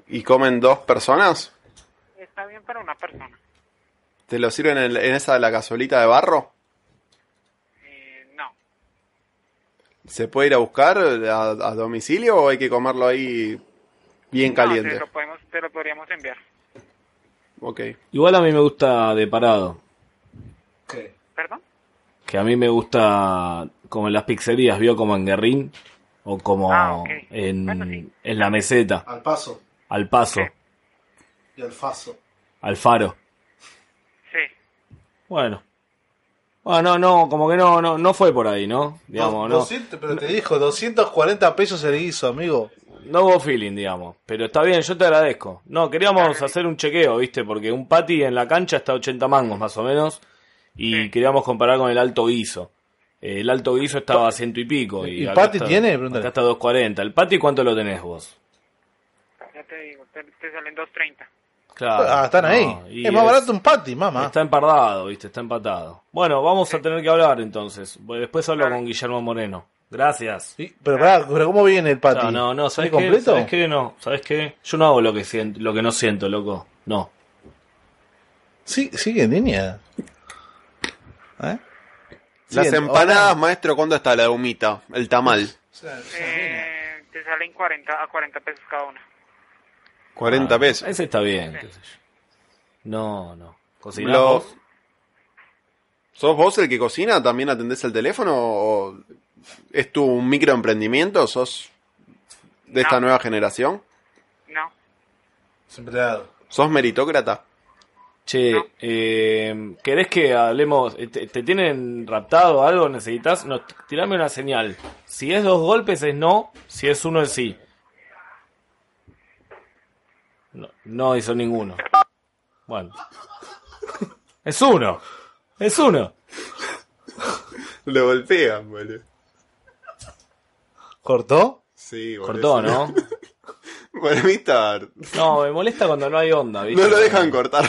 S14: ¿Y comen dos personas?
S25: Está bien para una persona.
S14: ¿Te lo sirven en, en esa de la cazuelita de barro?
S25: Eh, no,
S14: ¿Se puede ir a buscar a, a domicilio o hay que comerlo ahí bien
S25: No, te
S14: caliente?
S25: lo, podemos, te lo podríamos enviar.
S14: Ok.
S2: Igual a mí me gusta de parado.
S25: ¿Perdón?
S2: Que a mí me gusta como en las pizzerías, vio como en Guerrín o como en, en la meseta,
S12: Al paso
S2: al paso,
S12: y al faso.
S2: al faro.
S25: Sí.
S2: Bueno. Bueno, no, no, como que no, no, no fue por ahí, ¿no? Digamos, no.
S12: 200, pero te dijo, 240 pesos el guiso, amigo.
S2: No hubo feeling, digamos. Pero está bien, yo te agradezco. No, queríamos hacer un chequeo, ¿viste? Porque un patty en la cancha está a 80 mangos, más o menos. y queríamos comparar con el alto guiso. Eh, El alto guiso estaba a ciento y pico. ¿Y,
S12: ¿Y
S2: acá
S12: Pati
S2: está-
S12: tiene? Pregúntale.
S2: Acá está 240. ¿El Pati cuánto lo tenés vos?
S25: Ya te digo, te, te salen 230.
S2: Claro.
S12: Ah, están
S2: no,
S12: ahí.
S2: y
S12: Es más barato un patty, mamá.
S2: Está empardado, viste, está empatado. Bueno, vamos a tener que hablar entonces. Bueno, Después hablo con Guillermo Moreno. Gracias.
S12: Pero, pará, pero ¿cómo viene el patty?
S2: No, no, no, ¿sabes qué?
S12: completo?
S2: ¿Sabes qué? No, ¿sabes qué? Yo no hago lo que siento, lo que no siento, loco. No.
S12: Sí, sigue en línea. ¿Eh?
S14: Las
S12: Bien,
S14: empanadas, maestro, ¿cuándo está la humita? El tamal.
S25: Eh, te salen 40 a 40 pesos cada una.
S14: 40
S2: Ah,
S14: pesos.
S2: Ese está bien, qué sé yo. No, no. ¿Cocinás
S14: Lo-
S2: vos?
S14: ¿Sos vos el que cocina? ¿También atendés el teléfono? ¿O es tu microemprendimiento? ¿Sos de esta nueva generación?
S25: No.
S14: ¿Sos meritócrata?
S2: Che, eh, ¿querés que hablemos? Eh, ¿Te, te tienen raptado o algo? ¿Necesitas? No, t- tirame una señal. Si es dos golpes es no, si es uno es sí. No, no hizo ninguno. Bueno. Es uno. Es uno.
S14: Lo golpean, boludo.
S12: ¿Cortó?
S14: Sí,
S2: Cortó, ¿no? No, me molesta cuando no hay onda, ¿viste?
S14: No lo dejan cortar.